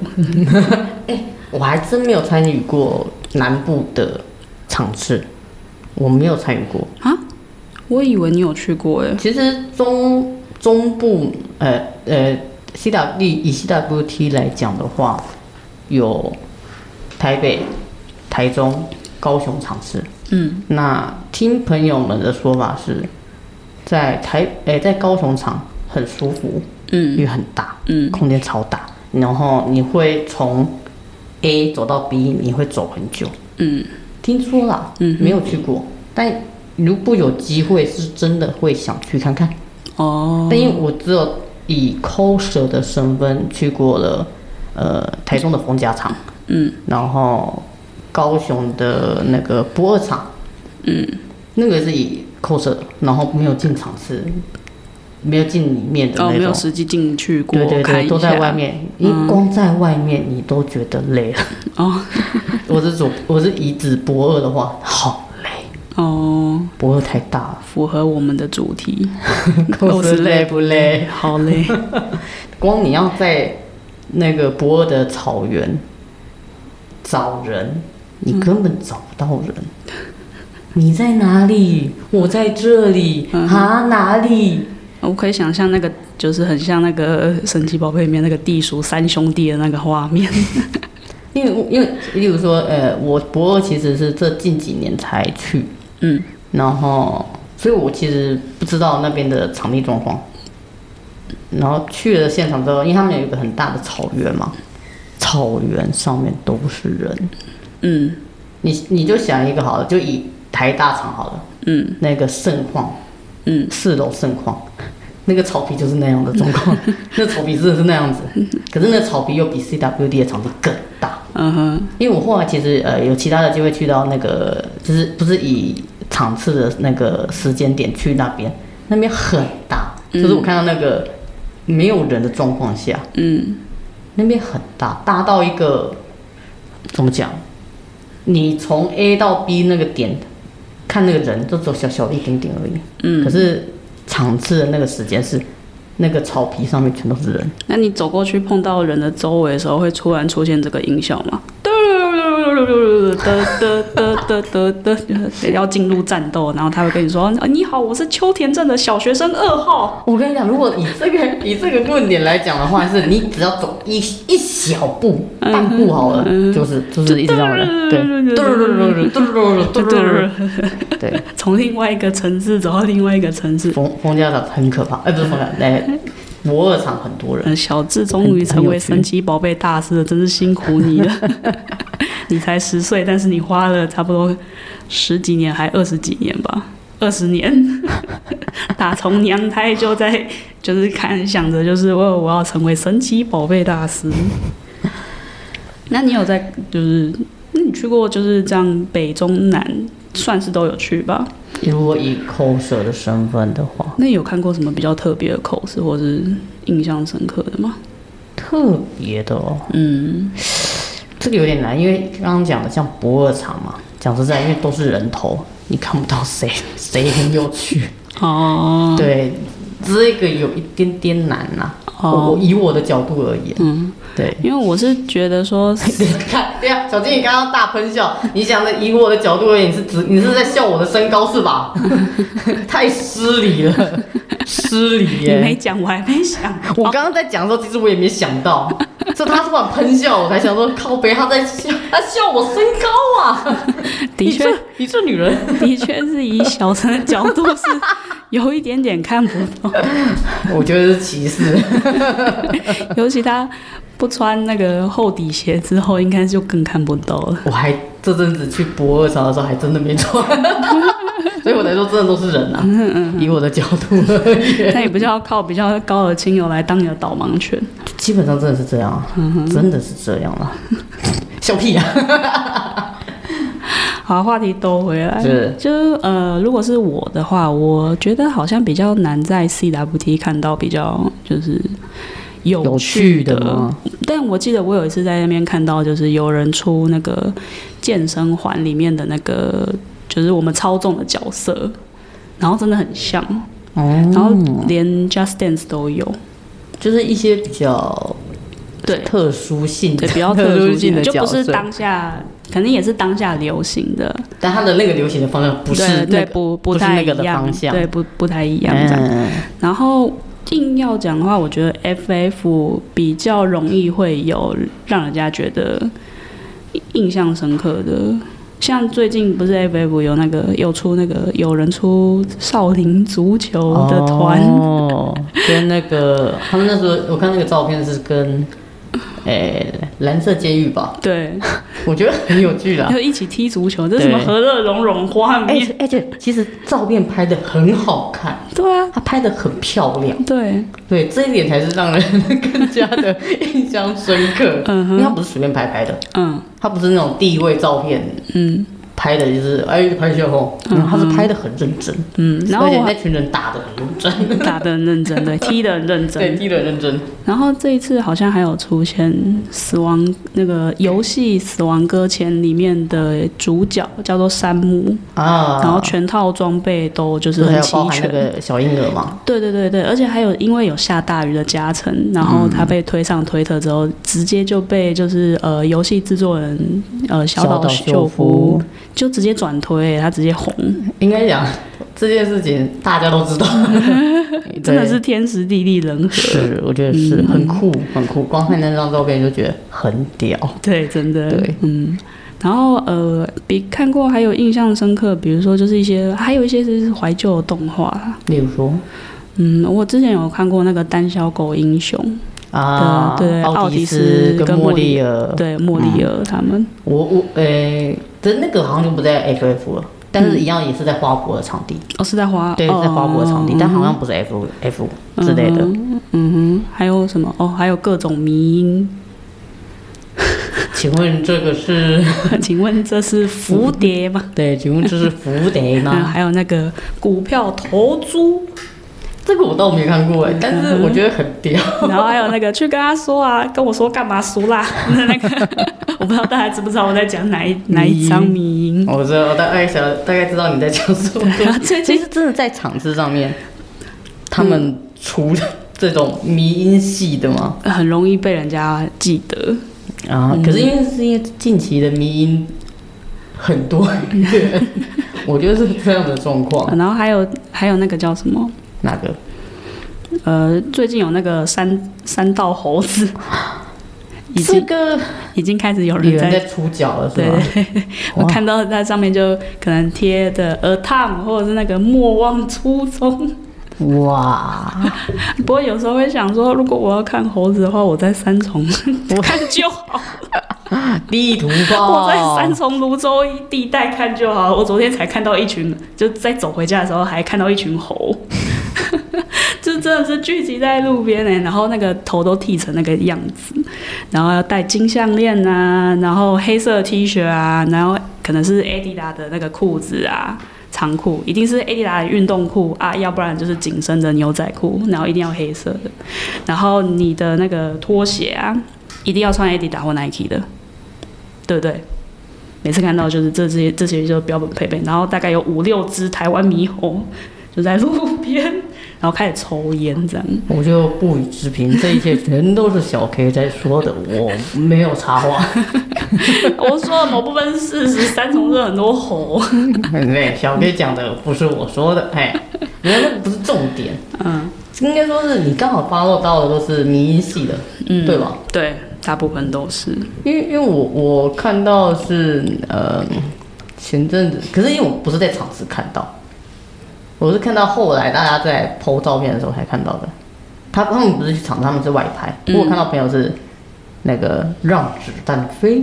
Speaker 1: 我还真没有参与过南部的场次，我没有参与过。
Speaker 2: 啊我以为你有去过诶。
Speaker 1: 其实中中部呃呃 C W 以 C W T 来讲的话，有台北、台中、高雄场次。
Speaker 2: 嗯，
Speaker 1: 那听朋友们的说法是，在台诶、在高雄场很舒服，
Speaker 2: 嗯，
Speaker 1: 因为很大，
Speaker 2: 嗯，
Speaker 1: 空间超大，然后你会从 A 走到 B，你会走很久，
Speaker 2: 嗯，
Speaker 1: 听说啦，
Speaker 2: 嗯哼
Speaker 1: 没有去过，但如果有机会，是真的会想去看看。
Speaker 2: 哦，
Speaker 1: 但因为我只有以 coser 的身份去过了，呃，台中的冯家场，
Speaker 2: 嗯，
Speaker 1: 然后高雄的那个不二厂，嗯，那个是以 coser，的然后没有进场次，没有进里面的
Speaker 2: 哦，没
Speaker 1: 那
Speaker 2: 有
Speaker 1: 种。
Speaker 2: 实际进去过，
Speaker 1: 对对
Speaker 2: 看
Speaker 1: 对，
Speaker 2: 一
Speaker 1: 都在
Speaker 2: 下嗯
Speaker 1: 外。面，你光在外面你都觉得累了。
Speaker 2: 哦
Speaker 1: 我是主，我是以指博二的话，好累，
Speaker 2: 哦，
Speaker 1: 博二太大 了
Speaker 2: 符合我们的主 题。
Speaker 1: 公司累不累？
Speaker 2: 好嘞，
Speaker 1: 光你要在那个博尔的草原找人，你根本找不到 人。你在哪里？我在这里
Speaker 2: 嗯
Speaker 1: 啊，哪里？
Speaker 2: 我可以想象那个，就是很像那个《神奇宝贝》里面那个地鼠三兄弟的那个画面。
Speaker 1: 因为因为例如说，呃，我博尔其实是这近几年才去，
Speaker 2: 嗯，
Speaker 1: 然后所以我其实不知道那边的场地状况。然后去了现场之后，因为他们有一个很大的草原嘛，草原上面都是人，
Speaker 2: 嗯
Speaker 1: 你你就想一个好了，就以台大厂好了，
Speaker 2: 嗯
Speaker 1: 那个盛况，
Speaker 2: 嗯，
Speaker 1: 四楼盛况，那个草皮就是那样的状况， 那草皮真的是那样子，可是那草皮又比 CWD 的场地更大，
Speaker 2: 嗯哼，
Speaker 1: 因为我后来其实呃有其他的机会去到那个，就是不是以场次的那个时间点去那边，那边很大，就是我看到那个没有人的状况下，
Speaker 2: 嗯
Speaker 1: 那边很大，大到一个怎么讲？你从 A 到 B 那个点看那个人，就只有小小一点点而已。
Speaker 2: 嗯。
Speaker 1: 可是场次的那个时间是那个草皮上面全都是人，
Speaker 2: 那你走过去碰到人的周围的时候，会突然出现这个音效吗？哒哒哒哒哒哒哒，要进入战斗，然后他会跟你说：“呃你好，我是秋田镇的小学生二号。
Speaker 1: 我跟你讲，如果以这个以这个论点来讲的话，是你只要走一一小步、半步好了，就是就是一直让人对，嘟噜噜噜噜嘟噜噜噜嘟噜噜”噜对，
Speaker 2: 从另外一个城市走到另外一个城市，
Speaker 1: 冯冯家长很可怕，哎，不是冯家，哎，摩尔场很多人。
Speaker 2: 呃，小智终于成为神奇宝贝大师了，真是辛苦你了。 你才十岁，但是你花了差不多十几年，还二十几年吧，二十年。打从娘胎就在，哦就是看想着，就是我我要成为神奇宝贝大师。那你有在就是，那你去过就是这样北中南算是都有去吧？
Speaker 1: 如果以 coser 的身份的话，
Speaker 2: 那有看过什么比较特别的口试或是印象深刻的吗？
Speaker 1: 特别的哦，
Speaker 2: 嗯，
Speaker 1: 这个有点难，因为刚刚讲的像博尔场嘛，讲实在，因为都是人头，你看不到谁谁很有趣，
Speaker 2: 哦，
Speaker 1: 对，这个有一点点难呐、我
Speaker 2: 哦
Speaker 1: 我以我的角度而言，
Speaker 2: 嗯，
Speaker 1: 对。
Speaker 2: 因为我是觉得说，
Speaker 1: 看，对呀，小金，你刚刚大喷笑，你讲的以我的角度而言，你是指你是在笑我的身高 是吧？太失礼了，失礼
Speaker 2: 你没
Speaker 1: 耶！
Speaker 2: 讲，我还没想，
Speaker 1: 我刚刚在讲的时候，其实我也没想到，是他突然喷笑，我才想说靠北，他在笑，他笑我身高啊！
Speaker 2: 的
Speaker 1: 你
Speaker 2: 确
Speaker 1: 这，你这女人，
Speaker 2: 的确是以小陈的角度是有一点点看不 懂，
Speaker 1: 我觉得是歧视。
Speaker 2: 尤其他不穿那个厚底鞋之后，应该就更看不到 了。
Speaker 1: 我还这阵子去博二潮的时候，还真的没 穿，所以我才说真的都是人
Speaker 2: 嗯
Speaker 1: 啊，以我的角度而言。
Speaker 2: 那也不是要靠比较高的亲友来当你的导盲犬，
Speaker 1: 基本上真的是这样啊，
Speaker 2: 嗯
Speaker 1: 真的是这样 啊，笑屁啊！
Speaker 2: 好，话题兜回来，
Speaker 1: 是
Speaker 2: 就是呃，如果是我的话，我觉得好像比较难在 CWT 看到比较就是有趣的。
Speaker 1: 吗？
Speaker 2: 但我记得我有一次在那边看到，就是有人出那个健身环里面的那个，就是我们操纵的角色，然后真的很像，
Speaker 1: 哦，
Speaker 2: 然后连 Just Dance 都有，
Speaker 1: 就是一些比较
Speaker 2: 对
Speaker 1: 特殊性的、
Speaker 2: 对，比较特殊性
Speaker 1: 的
Speaker 2: 的，就不
Speaker 1: 角
Speaker 2: 是
Speaker 1: 色，
Speaker 2: 当下，肯定也是当下流行的，
Speaker 1: 但他的那个流行的方向不是
Speaker 2: 对
Speaker 1: 那
Speaker 2: 对，
Speaker 1: 个
Speaker 2: 不
Speaker 1: 不是
Speaker 2: 太
Speaker 1: 那
Speaker 2: 一
Speaker 1: 个的
Speaker 2: 样
Speaker 1: 方，向
Speaker 2: 对，不不太一样这样。
Speaker 1: 嗯，
Speaker 2: 然后硬要讲的话，我觉得 FF 比较容易会有让人家觉得印象深刻的。像最近不是 FF 有那个有出那个有人出少林足球的团，
Speaker 1: 哦，跟那 个他们那时候，我看那个照片是跟。诶，蓝色监狱吧，
Speaker 2: 对，
Speaker 1: 我觉得很有趣啦。
Speaker 2: 就一起踢足球，这是什么
Speaker 1: 对哎
Speaker 2: 和乐融融画
Speaker 1: 而
Speaker 2: 面？
Speaker 1: 且而且，其实照片拍的很好看，
Speaker 2: 对啊，
Speaker 1: 他拍的很漂亮。
Speaker 2: 对，
Speaker 1: 对，这一点才是让人更加的印象深刻。
Speaker 2: 嗯
Speaker 1: 因为他不是随便拍拍的，
Speaker 2: 嗯
Speaker 1: 他不是那种地位照片
Speaker 2: 嗯拍
Speaker 1: 拍的，就是哎拍秀后，
Speaker 2: 嗯
Speaker 1: 他是拍的很认真，
Speaker 2: 嗯，然后
Speaker 1: 而且那
Speaker 2: 我
Speaker 1: 群人打的很认真，
Speaker 2: 打的很认真，对，踢的很认真
Speaker 1: 对，，踢的认真。
Speaker 2: 然后这一次好像还有出现死亡那个游戏《死亡搁浅》里面的主角叫做山姆，
Speaker 1: 啊，
Speaker 2: 然后全套装备都就是
Speaker 1: 是
Speaker 2: 很
Speaker 1: 还有
Speaker 2: 齐
Speaker 1: 包含那
Speaker 2: 全。
Speaker 1: 个小婴儿嘛，
Speaker 2: 对对对对，而且还有因为有下大雨的加成，然后他被推上推特之后，直接就被就是呃游戏制作人呃小岛
Speaker 1: 岛
Speaker 2: 秀
Speaker 1: 夫
Speaker 2: 夫就直接转推，他直接红，
Speaker 1: 应该讲这件事情大家都知道，
Speaker 2: 真的
Speaker 1: 对
Speaker 2: 是天时地利人和，
Speaker 1: 是，我觉得是
Speaker 2: 嗯
Speaker 1: 很酷，很酷。光看那张照片就觉得很屌。
Speaker 2: 对，真的，
Speaker 1: 对，
Speaker 2: 嗯。然后呃，比看过还有印象深刻，比如说就是一些，还有一些是怀旧的动画啦。
Speaker 1: 例如说
Speaker 2: 嗯，我之前有看过那个《胆小狗英雄》
Speaker 1: 啊，
Speaker 2: 对对
Speaker 1: 奥
Speaker 2: 奥
Speaker 1: 迪
Speaker 2: 迪
Speaker 1: 斯
Speaker 2: 斯
Speaker 1: 跟
Speaker 2: 跟
Speaker 1: 莫
Speaker 2: 莫里
Speaker 1: 莉尔，
Speaker 2: 对，莫里尔他们，
Speaker 1: 我我诶，但那个好像就不在 FF 了，但是一样也是在花博的场地，
Speaker 2: 哦，是在花，
Speaker 1: 对，
Speaker 2: 嗯哦
Speaker 1: 在花博的场地，但好像不是 FF 之类的。
Speaker 2: 嗯哼，还有什么？哦，还有各种迷音。
Speaker 1: 请问这个是？
Speaker 2: 请问这是蝴蝶吗？
Speaker 1: 对，请问这是福德
Speaker 2: 嗯，
Speaker 1: 吗？
Speaker 2: 还有那个股票投猪，
Speaker 1: 这个我倒没看过哎，但
Speaker 2: 嗯
Speaker 1: 是我觉得很屌。
Speaker 2: 然后还有那个去跟他说啊，跟我说干嘛输啦？那个 我不知道大家知不知道我在讲哪一哪一张迷音。
Speaker 1: 我知道，我大概想大概知道你在讲什么。
Speaker 2: 然后最
Speaker 1: 其
Speaker 2: 近
Speaker 1: 实真的在场次上面，
Speaker 2: 嗯
Speaker 1: 他们除了这种迷音系的吗？
Speaker 2: 很容易被人家记得，
Speaker 1: 啊，
Speaker 2: 嗯
Speaker 1: 可是因为是因为近期的迷音 很多，我觉得是这样的状况。
Speaker 2: 然后还有还有那个叫什么？
Speaker 1: 哪个？
Speaker 2: 呃，最近有那个三三道猴 子，已
Speaker 1: 这
Speaker 2: 经
Speaker 1: 个
Speaker 2: 已经开始有
Speaker 1: 有
Speaker 2: 人
Speaker 1: 人
Speaker 2: 在
Speaker 1: 在出脚了是
Speaker 2: 对
Speaker 1: 吗？
Speaker 2: 对，对我
Speaker 1: 哇
Speaker 2: 看到在上面就可能贴的“而烫”或者是那个“莫忘初衷
Speaker 1: 哇，”。
Speaker 2: 不过有时候会想说，如果我要看猴子的话，我在三重 看就好，
Speaker 1: 地 图
Speaker 2: 我在
Speaker 1: 炮，
Speaker 2: 三重泸州地带看就好。 我昨天才看到一群，就在走回家的时候还看到一群猴，就就是真的是聚集在路边哎、然后那个头都剃成那个样子，然后要戴金项链啊，然后黑色的 T 恤啊，然后可能是 Adidas 的那个裤子啊。长裤一定是 Adidas 的运动裤啊，要不然就是紧身的牛仔裤，然后一定要黑色的，然后你的那个拖鞋啊，一定要穿 Adidas 或 Nike 的，对不对？每次看到就是这些这些就是标本配备，然后大概有五六只台湾猕猴就在路边， 然后开始抽烟这样。
Speaker 1: 我就不予置评，这一切全都是小 K 在说的，我没有插话。
Speaker 2: 我说的某部分是事实，三重是很多猴。
Speaker 1: 对，小 K 讲的不是我说的，哎，我觉得那个不是重点，
Speaker 2: 嗯
Speaker 1: 应该说是你刚好 follow 到的都是迷音系的，
Speaker 2: 嗯，
Speaker 1: 对吧？
Speaker 2: 对，大部分都是。
Speaker 1: 因为因为我我看到是呃前阵子，可是因为我不是在场次看到，我是看到后来大家在 PO 照片的时候才看到的。他他们不是去场，他们是外拍。
Speaker 2: 嗯
Speaker 1: 我有看到朋友是那个让子弹飞，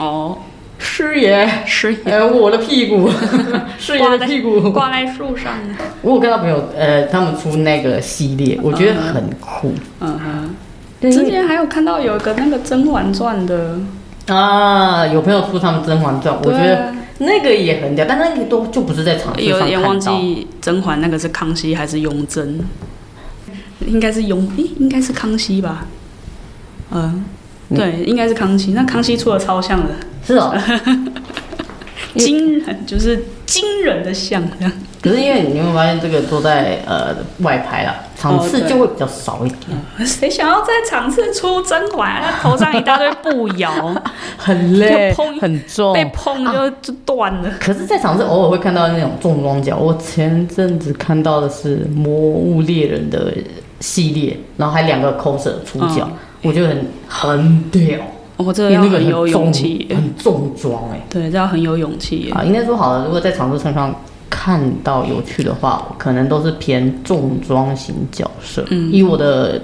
Speaker 2: 哦，
Speaker 1: 师 爷，
Speaker 2: 是
Speaker 1: 哎、我的屁股， 师爷的屁股。
Speaker 2: 挂在树上。
Speaker 1: 我有看到朋友呃他们出那个系列，我觉得很酷。
Speaker 2: 嗯哼，
Speaker 1: 对
Speaker 2: 之前还有看到有一个那个《甄嬛传》的，
Speaker 1: 啊，有朋友出他们《甄嬛传》，我觉
Speaker 2: 对
Speaker 1: 得
Speaker 2: 啊
Speaker 1: 那个也很屌，但那个都就不是在场次
Speaker 2: 有
Speaker 1: 上看
Speaker 2: 点
Speaker 1: 到。
Speaker 2: 忘记甄嬛那个是康熙还是雍正，应该是雍，诶，应该是康熙吧？嗯、
Speaker 1: 嗯
Speaker 2: 对，应该是康熙。那康熙出的超像的，
Speaker 1: 是哦，
Speaker 2: 惊人，就是惊人的像这样。
Speaker 1: 可是因为你有没有发现这个都在呃外拍啦，场
Speaker 2: 哦
Speaker 1: 次
Speaker 2: 对
Speaker 1: 就会比较少一点，
Speaker 2: 谁想要在场次出甄嬛，他头上一大堆步 摇，
Speaker 1: 很
Speaker 2: 就碰
Speaker 1: 很重
Speaker 2: 被碰就就断了。
Speaker 1: 可是，在场次偶尔会看到那种重装脚。我前阵子看到的是《魔物猎人》的系列，然后还两个 coser 出脚，
Speaker 2: 嗯
Speaker 1: 我觉得很很屌，
Speaker 2: 我、哦这
Speaker 1: 因
Speaker 2: 个要
Speaker 1: 为那个
Speaker 2: 很有勇
Speaker 1: 重
Speaker 2: 气耶，
Speaker 1: 很重装哎、
Speaker 2: 对，这要很有勇气耶。
Speaker 1: 啊，应该说好了，如果在场次上上看到有趣的话，我可能都是偏重装型角色。
Speaker 2: 嗯
Speaker 1: 以我的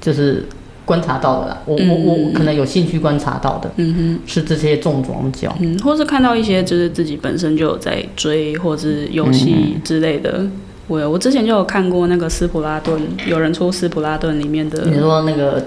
Speaker 1: 就是观察到的啦，我我我
Speaker 2: 嗯
Speaker 1: 可能有兴趣观察到的
Speaker 2: 嗯哼。
Speaker 1: 是这些重装角。
Speaker 2: 嗯，或是看到一些就是自己本身就有在追，或是游戏
Speaker 1: 嗯
Speaker 2: 之类的。我我之前就有看过那个斯普拉顿，有人出斯普拉顿里面
Speaker 1: 你
Speaker 2: 的
Speaker 1: 说那个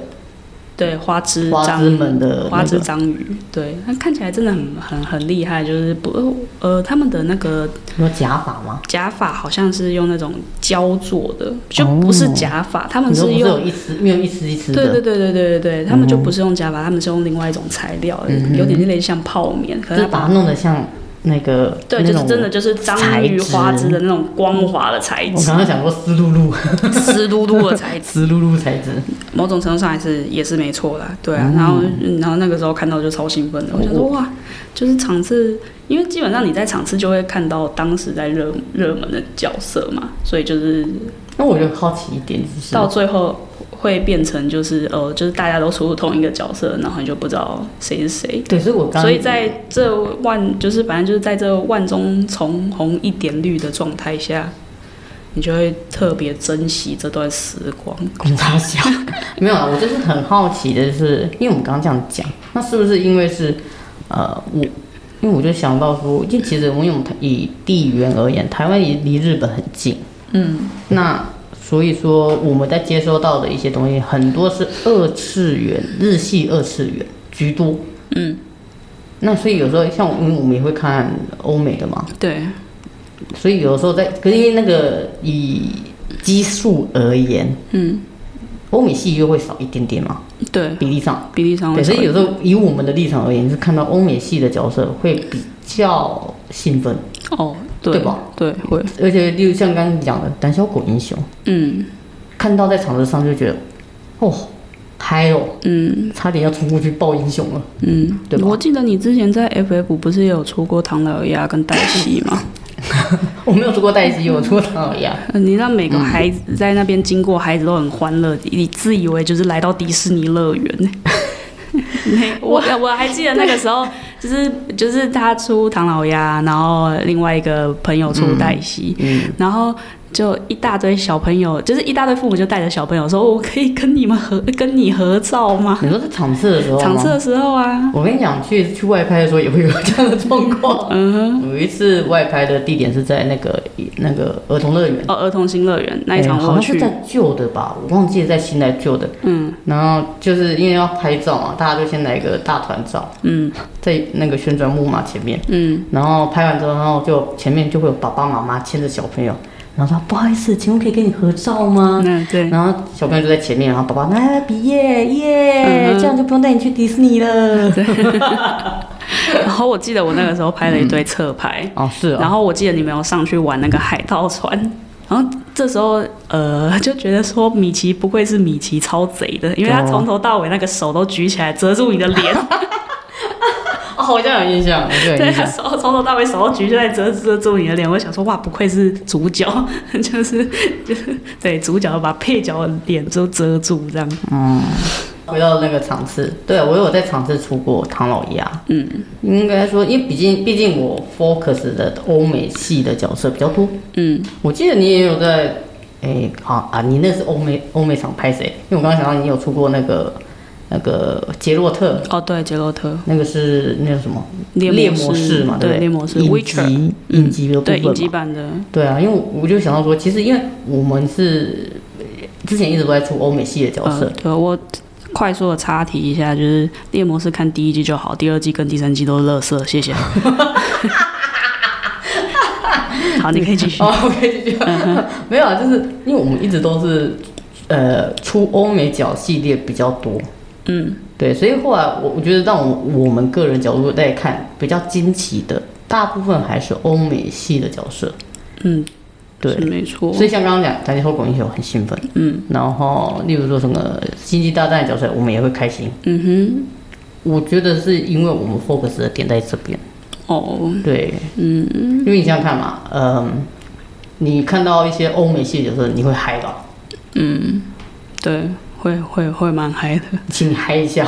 Speaker 2: 对花枝
Speaker 1: 嗯花
Speaker 2: 章
Speaker 1: 枝们的
Speaker 2: 花
Speaker 1: 那
Speaker 2: 枝
Speaker 1: 个
Speaker 2: 章鱼，对，它看起来真的很很很厉害，就是不呃他们的那个
Speaker 1: 有假发吗？
Speaker 2: 假发好像是用那种胶做的，就不是假发，他们
Speaker 1: 哦你
Speaker 2: 啊是
Speaker 1: 说不是
Speaker 2: 用
Speaker 1: 有一丝没有一丝一丝
Speaker 2: 对
Speaker 1: 的？嗯
Speaker 2: 对对对对对对，他们就不是用假发，他们是用另外一种材料，有点类似像泡棉，可
Speaker 1: 就是是
Speaker 2: 它把
Speaker 1: 把它弄得像那个
Speaker 2: 对，
Speaker 1: 那
Speaker 2: 就是
Speaker 1: 种
Speaker 2: 真的就是章鱼花枝的那种光滑的材
Speaker 1: 我
Speaker 2: 质，
Speaker 1: 刚刚讲过湿漉漉，
Speaker 2: 湿漉漉的材质，
Speaker 1: 湿漉漉材质。
Speaker 2: 某种程度上还是也是没错啦，对啊。然后嗯然后那个时候看到就超兴奋的，我想说哇，就是场次，因为基本上你在场次就会看到当时在热热门的角色嘛，所以就是
Speaker 1: 那我就好奇一点，就是
Speaker 2: 到最后会变成就是呃，就是大家都出同一个角色，然后你就不知道谁是谁。
Speaker 1: 对，所以我刚
Speaker 2: 所以在这万就是反正就是在这万中从红一点绿的状态下，你就会特别珍惜这段时光。
Speaker 1: 公差小 没有啊，我就是很好奇的是，因为我们刚刚这样讲，那是不是因为是呃我？因为我就想到说，因为其实我们用以地缘而言，台湾离离日本很近，
Speaker 2: 嗯，
Speaker 1: 那所以说我们在接收到的一些东西，很多是二次元、日系二次元居多。
Speaker 2: 嗯，
Speaker 1: 那所以有时候像我因为我们也会看欧美的嘛，
Speaker 2: 对，
Speaker 1: 所以有时候在，可是因为那个以基数而言，
Speaker 2: 嗯，
Speaker 1: 欧美系又会少一点点嘛，
Speaker 2: 对，
Speaker 1: 比例上。
Speaker 2: 比例上
Speaker 1: 对，
Speaker 2: 会
Speaker 1: 所
Speaker 2: 少
Speaker 1: 以
Speaker 2: 一
Speaker 1: 有
Speaker 2: 点
Speaker 1: 时候以我们的立场而言，是看到欧美系的角色会比较兴奋，
Speaker 2: 哦，对
Speaker 1: 对吧？
Speaker 2: 对，会，
Speaker 1: 而且例如像刚刚讲的胆小狗英雄，
Speaker 2: 嗯
Speaker 1: 看到在场子上就觉得，哦，嗨哦，
Speaker 2: 嗯
Speaker 1: 差点要冲过去抱英雄了。
Speaker 2: 嗯，
Speaker 1: 对吧
Speaker 2: 我记得你之前在 FF 不是也有出过唐老鸭跟黛西吗？
Speaker 1: 我没有出过黛西，我出过唐老鸭。
Speaker 2: 呃 你让每
Speaker 1: 嗯
Speaker 2: 个孩子在那边经过，孩子都很欢乐，你自以为就是来到迪士尼乐 园。没我我还记得那个时候， 就是就是他出唐老鸭，然后另外一个朋友出黛西，
Speaker 1: 嗯，
Speaker 2: 然后就一大堆小朋友，就是一大堆父母就带着小朋友说：“哦我可以跟你们合，跟你合照吗
Speaker 1: 你说在场次的嗯时候？”吗
Speaker 2: 场次的时候啊，
Speaker 1: 我跟你讲，去去外拍的时候也会有这样的状况。嗯有一次外拍的地点是在那个那个儿童乐园，
Speaker 2: 哦，儿童新乐园那一场
Speaker 1: 哎好
Speaker 2: 我
Speaker 1: 像是
Speaker 2: 去，
Speaker 1: 在旧的吧，我忘记了在新来旧的。
Speaker 2: 嗯
Speaker 1: 然后就是因为要拍照嘛，大家就先来一个大团照，
Speaker 2: 嗯
Speaker 1: 在那个旋转木马前面。
Speaker 2: 嗯，
Speaker 1: 然后拍完之后，然后就前面就会有爸爸妈妈牵着小朋友，然后说不好意思，请问可以跟你合照吗？
Speaker 2: 那对，
Speaker 1: 然后小朋友就在前面，然后爸爸来来毕业耶，
Speaker 2: 嗯哼
Speaker 1: 这样就不用带你去迪士尼了。
Speaker 2: 然后我记得我那个时候拍了一堆侧拍，
Speaker 1: 哦，是
Speaker 2: 然
Speaker 1: 啊，
Speaker 2: 后我记得你们有上去玩那个海盗船， 然后这时候呃就觉得说米奇不愧是米奇超贼的，因为他
Speaker 1: 哦
Speaker 2: 从头到尾那个手都举起来遮住你的脸，
Speaker 1: 哦，好像有印象，我就 有
Speaker 2: 对，
Speaker 1: 印
Speaker 2: 他
Speaker 1: 象。
Speaker 2: 手从头到尾手都举起来遮遮住你的脸，我想说哇不愧是主角， 就是就是对主角把配角的脸都遮住这样，
Speaker 1: 回到那个场次，对啊我有在场次出过唐老鸭，
Speaker 2: 嗯
Speaker 1: 应该说，因为毕竟毕竟我 focus 的欧美系的角色比较多。
Speaker 2: 嗯
Speaker 1: 我记得你也有在，哎、好啊，你那是欧美欧美场拍谁？因为我刚刚想到你有出过那个那个杰洛特，
Speaker 2: 哦对杰洛特
Speaker 1: 那个是那个什么
Speaker 2: 猎魔
Speaker 1: 魔
Speaker 2: 士
Speaker 1: 士嘛，对不
Speaker 2: 对
Speaker 1: 对？
Speaker 2: 猎魔士
Speaker 1: 影
Speaker 2: Witcher，
Speaker 1: 集影集的部
Speaker 2: 对
Speaker 1: 分
Speaker 2: 影
Speaker 1: 嘛
Speaker 2: 集版的
Speaker 1: 对啊，因为我就想到说，其实因为我们是呃之前一直都在出欧美系的角色
Speaker 2: 呃，，对我快速的插题一下，就是《猎魔士》看第一季就好，第二季跟第三季都是垃圾，谢谢。 好，你可以继续。
Speaker 1: 哦，OK，继续。 没有啊，就是因为我们一直都是呃出欧美角系列比较多，
Speaker 2: 嗯
Speaker 1: 对，所以后来我我觉得让我我们个人角度在看比较惊奇的，大部分还是欧美系的角色，
Speaker 2: 嗯，
Speaker 1: 对
Speaker 2: 是。没错
Speaker 1: 所。以像刚刚讲，咱就后狗英雄很兴奋，
Speaker 2: 嗯
Speaker 1: 然后例如说什么星际大战的角色，我们也会开心。
Speaker 2: 嗯
Speaker 1: 我觉得是因为我们 focus 的点在这边，
Speaker 2: 哼，哦，
Speaker 1: 对，
Speaker 2: 嗯
Speaker 1: 因为你想想看嘛，嗯，你看到一些欧美系的角色，你会嗨吧？
Speaker 2: 嗯，对，会会会蛮嗨的。
Speaker 1: 请你嗨 一下，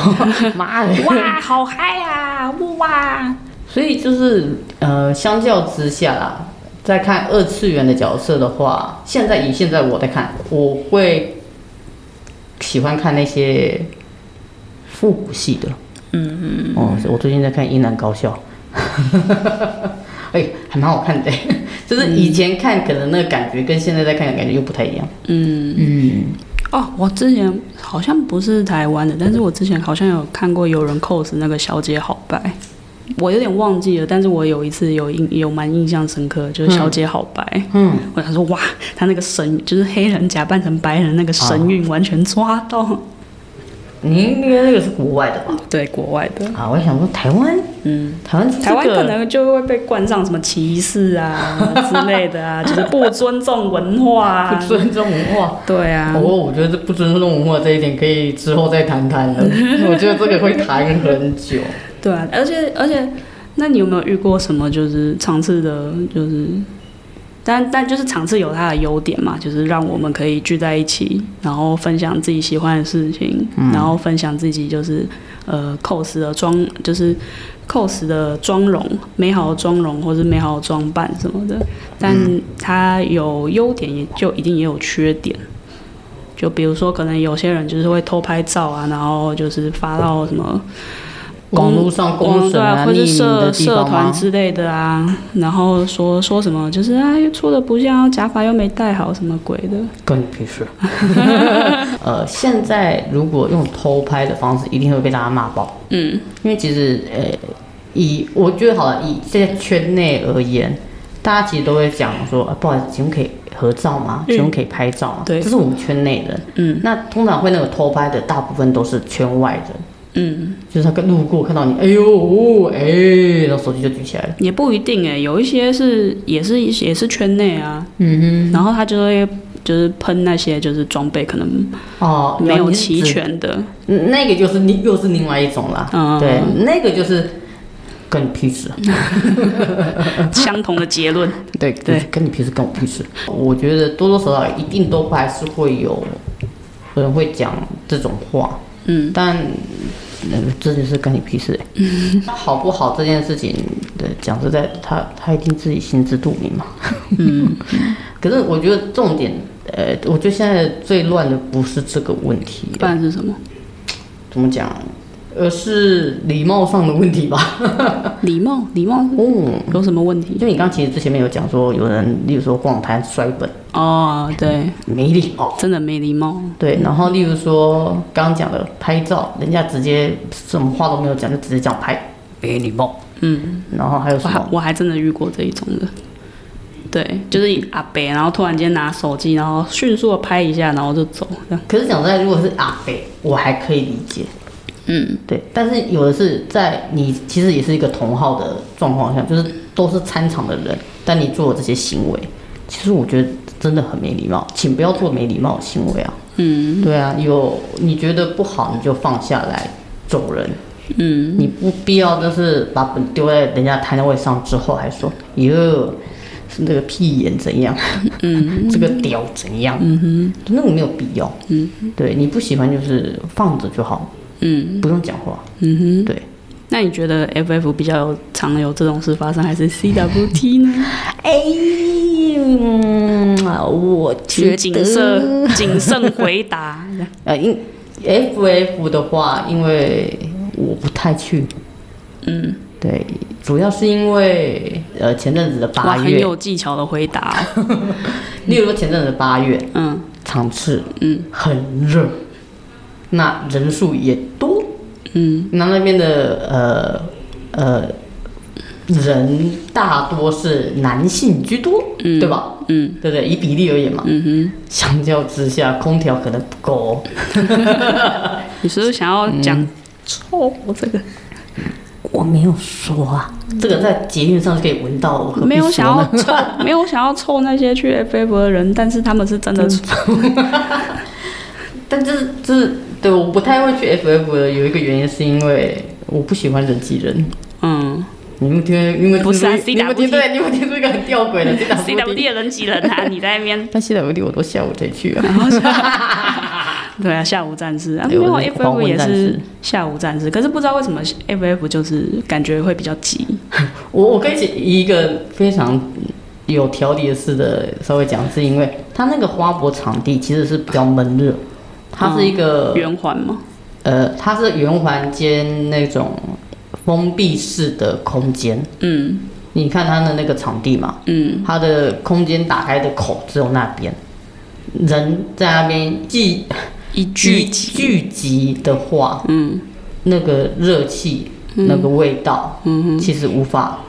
Speaker 1: 妈的！
Speaker 2: 哇，好嗨啊！哇，
Speaker 1: 所以就是呃，相较之下啦，在看二次元的角色的话，现在以现在我在看，我会喜欢看那些复古系的。嗯嗯。哦，我最近在看《樱兰高校》，哎，还蛮好看的，就是以前看可能那个感觉跟现在在看的感觉又不太一样。
Speaker 2: 嗯
Speaker 1: 嗯，
Speaker 2: 哦，我之前好像不是台湾的，但是我之前好像有看过有人 cos 那个小姐好白，我有点忘记了，但是我有一次有印有蛮印象深刻，就是小姐好白，
Speaker 1: 嗯，
Speaker 2: 我想说哇，她那个神就是黑人假扮成白人那个神韵完全抓到，
Speaker 1: 你应该那个是国外的吧？
Speaker 2: 对国外的，
Speaker 1: 啊，我想说台湾，
Speaker 2: 嗯，
Speaker 1: 台湾、这个、
Speaker 2: 台湾可能就会被冠上什么歧视啊之类的啊，就是不尊重文化
Speaker 1: 不
Speaker 2: 啊，
Speaker 1: 尊重文化。
Speaker 2: 对 啊
Speaker 1: 不，过我觉得这不尊重文化这一点可以之后再谈谈 了，我觉得这个会谈很久。
Speaker 2: 对啊，而且而且，那你有没有遇过什么就是场次的，就是，但但就是场次有它的优点嘛，就是让我们可以聚在一起，然后分享自己喜欢的事情，然后分享自己就是呃 cos 的妆，就是 cos 的妆容、美好的妆容或是美好的装扮什么的。但它有优点，也就一定也有缺点。就比如说，可能有些人就是会偷拍照啊，然后就是发到什么
Speaker 1: 网络上公
Speaker 2: 网对
Speaker 1: 审
Speaker 2: 啊，或
Speaker 1: 匿
Speaker 2: 是
Speaker 1: 名的
Speaker 2: 社
Speaker 1: 地
Speaker 2: 社
Speaker 1: 方
Speaker 2: 团
Speaker 1: 吗？
Speaker 2: 之类的啊，然后说说什么就是啊，又出的不像，假发又没戴好，什么鬼的，
Speaker 1: 关你 屁事。 呃，现在如果用偷拍的方式，一定会被大家骂爆，
Speaker 2: 嗯
Speaker 1: 因为其实呃，以我觉得好了，以现在圈内而言，大家其实都会讲说、啊，不好意思，请问可以合照吗？
Speaker 2: 嗯
Speaker 1: 请问可以拍照吗？
Speaker 2: 对
Speaker 1: 这是我们圈内人。
Speaker 2: 嗯
Speaker 1: 那通常会那个偷拍的，大部分都是圈外人。
Speaker 2: 嗯，
Speaker 1: 就是他路过看到你，哎呦，哦哎，然后手机就举起来了。
Speaker 2: 也不一定哎、有一些是也是也是圈内啊，
Speaker 1: 嗯
Speaker 2: 然后他就会就是喷那些就是装备可能
Speaker 1: 哼，哦，
Speaker 2: 没有
Speaker 1: 你是
Speaker 2: 齐
Speaker 1: 指，
Speaker 2: 全的，
Speaker 1: 嗯那个就是另又是另外一种啦。
Speaker 2: 嗯
Speaker 1: 对，那个就是跟你屁事。
Speaker 2: 相同的结 论，
Speaker 1: 对
Speaker 2: 对，
Speaker 1: 跟你屁事，跟我屁事。我觉得多多少少一定都还是会有人会讲这种话，
Speaker 2: 嗯
Speaker 1: 但呃，这就是跟你屁事、欸。好不好这件事情，对，讲实在，他他一定自己心知肚明嘛。
Speaker 2: 嗯，
Speaker 1: 可是我觉得重点，呃，我觉得现在最乱的不是这个问题，
Speaker 2: 不然是什么？
Speaker 1: 怎么讲，而是礼貌上的问题吧。
Speaker 2: 礼貌，礼貌
Speaker 1: 哦，
Speaker 2: 有什么问题？
Speaker 1: 就你刚其实之前面有讲说，有人例如说逛摊摔本，
Speaker 2: 哦，对，
Speaker 1: 没礼貌。
Speaker 2: 真的没礼貌。
Speaker 1: 对，然后例如说刚刚讲的拍照，人家直接什么话都没有讲，就直接这样拍，没礼貌。
Speaker 2: 嗯，
Speaker 1: 然后还有
Speaker 2: 我
Speaker 1: 什
Speaker 2: 还
Speaker 1: 么？
Speaker 2: 我还真的遇过这一种的。对，就是阿北，然后突然间拿手机，然后迅速的拍一下，然后就走，这样。
Speaker 1: 可是讲实在，如果是阿肥，我还可以理解。
Speaker 2: 嗯，
Speaker 1: 对，但是有的是在你其实也是一个同号的状况下，就是都是参场的人，但你做了这些行为，其实我觉得真的很没礼貌，请不要做没礼貌的行为啊。
Speaker 2: 嗯
Speaker 1: 对啊，有你觉得不好你就放下来走人，
Speaker 2: 嗯，
Speaker 1: 你不必要就是把本丢在人家摊位上之后还说哟。是那个屁眼怎样？嗯， 这个屌怎样？嗯哼，那个没有必要。嗯，对你不喜欢就是放着就好，
Speaker 2: 嗯
Speaker 1: 不用讲话。
Speaker 2: 嗯哼。
Speaker 1: 对，
Speaker 2: 那你觉得 FF 比较有常有这种事发生，还是 CWT 呢？
Speaker 1: 哎，嗯，我
Speaker 2: 请谨慎谨慎回答。
Speaker 1: 呃，因 F F 的话，因为我不太去，
Speaker 2: 嗯，
Speaker 1: 对，主要是因为呃前阵子的
Speaker 2: 哇，
Speaker 1: 八
Speaker 2: 很
Speaker 1: 月，
Speaker 2: 有技巧的回答哦、
Speaker 1: 例如说前阵子的八月
Speaker 2: 嗯
Speaker 1: 场次
Speaker 2: 嗯
Speaker 1: 很热，那人数也多，
Speaker 2: 嗯
Speaker 1: 那那边的呃呃人大多是男性居多，
Speaker 2: 嗯
Speaker 1: 对吧？
Speaker 2: 嗯
Speaker 1: 对不对？以比例而言嘛，
Speaker 2: 嗯哼，
Speaker 1: 相较之下，空调可能不够哦。
Speaker 2: 你是不是想要讲臭这个？
Speaker 1: 我没有说啊，这个在捷运上是可以闻嗯到，我何必
Speaker 2: 没有
Speaker 1: 说
Speaker 2: 想要
Speaker 1: 呢
Speaker 2: 臭，没有想要臭那些去 FF 的人，但是他们是真的臭。
Speaker 1: 但这是这是对，我不太会去 FF 的，有一个原因是因为我不喜欢人挤人。
Speaker 2: 嗯
Speaker 1: 你们听，你们
Speaker 2: 不是啊
Speaker 1: 你们听
Speaker 2: CWD
Speaker 1: 对，你们听出一个很吊诡 的
Speaker 2: ，CWD 的人挤人啊，你在那边。
Speaker 1: 但 CWD 我都下午才去啊。
Speaker 2: 对啊，下午战士啊，没
Speaker 1: 对
Speaker 2: 有
Speaker 1: 哎我是黄
Speaker 2: FF
Speaker 1: 昏
Speaker 2: 也
Speaker 1: 战士
Speaker 2: 是下午战士，可是不知道为什么 FF 就是感觉会比较急。
Speaker 1: 我我可以以一个非常有条理的事的稍微讲，是因为它那个花博场地其实是比较闷热，它是一个、
Speaker 2: 圆环吗？
Speaker 1: 呃，它是圆环间那种封闭式的空间。
Speaker 2: 嗯
Speaker 1: 你看它的那个场地嘛，
Speaker 2: 嗯
Speaker 1: 它的空间打开的口只有那边，人在那边聚，
Speaker 2: 一聚
Speaker 1: 聚
Speaker 2: 集。
Speaker 1: 聚集的话，
Speaker 2: 嗯
Speaker 1: 那个热气、那个味道，
Speaker 2: 嗯
Speaker 1: 其实无法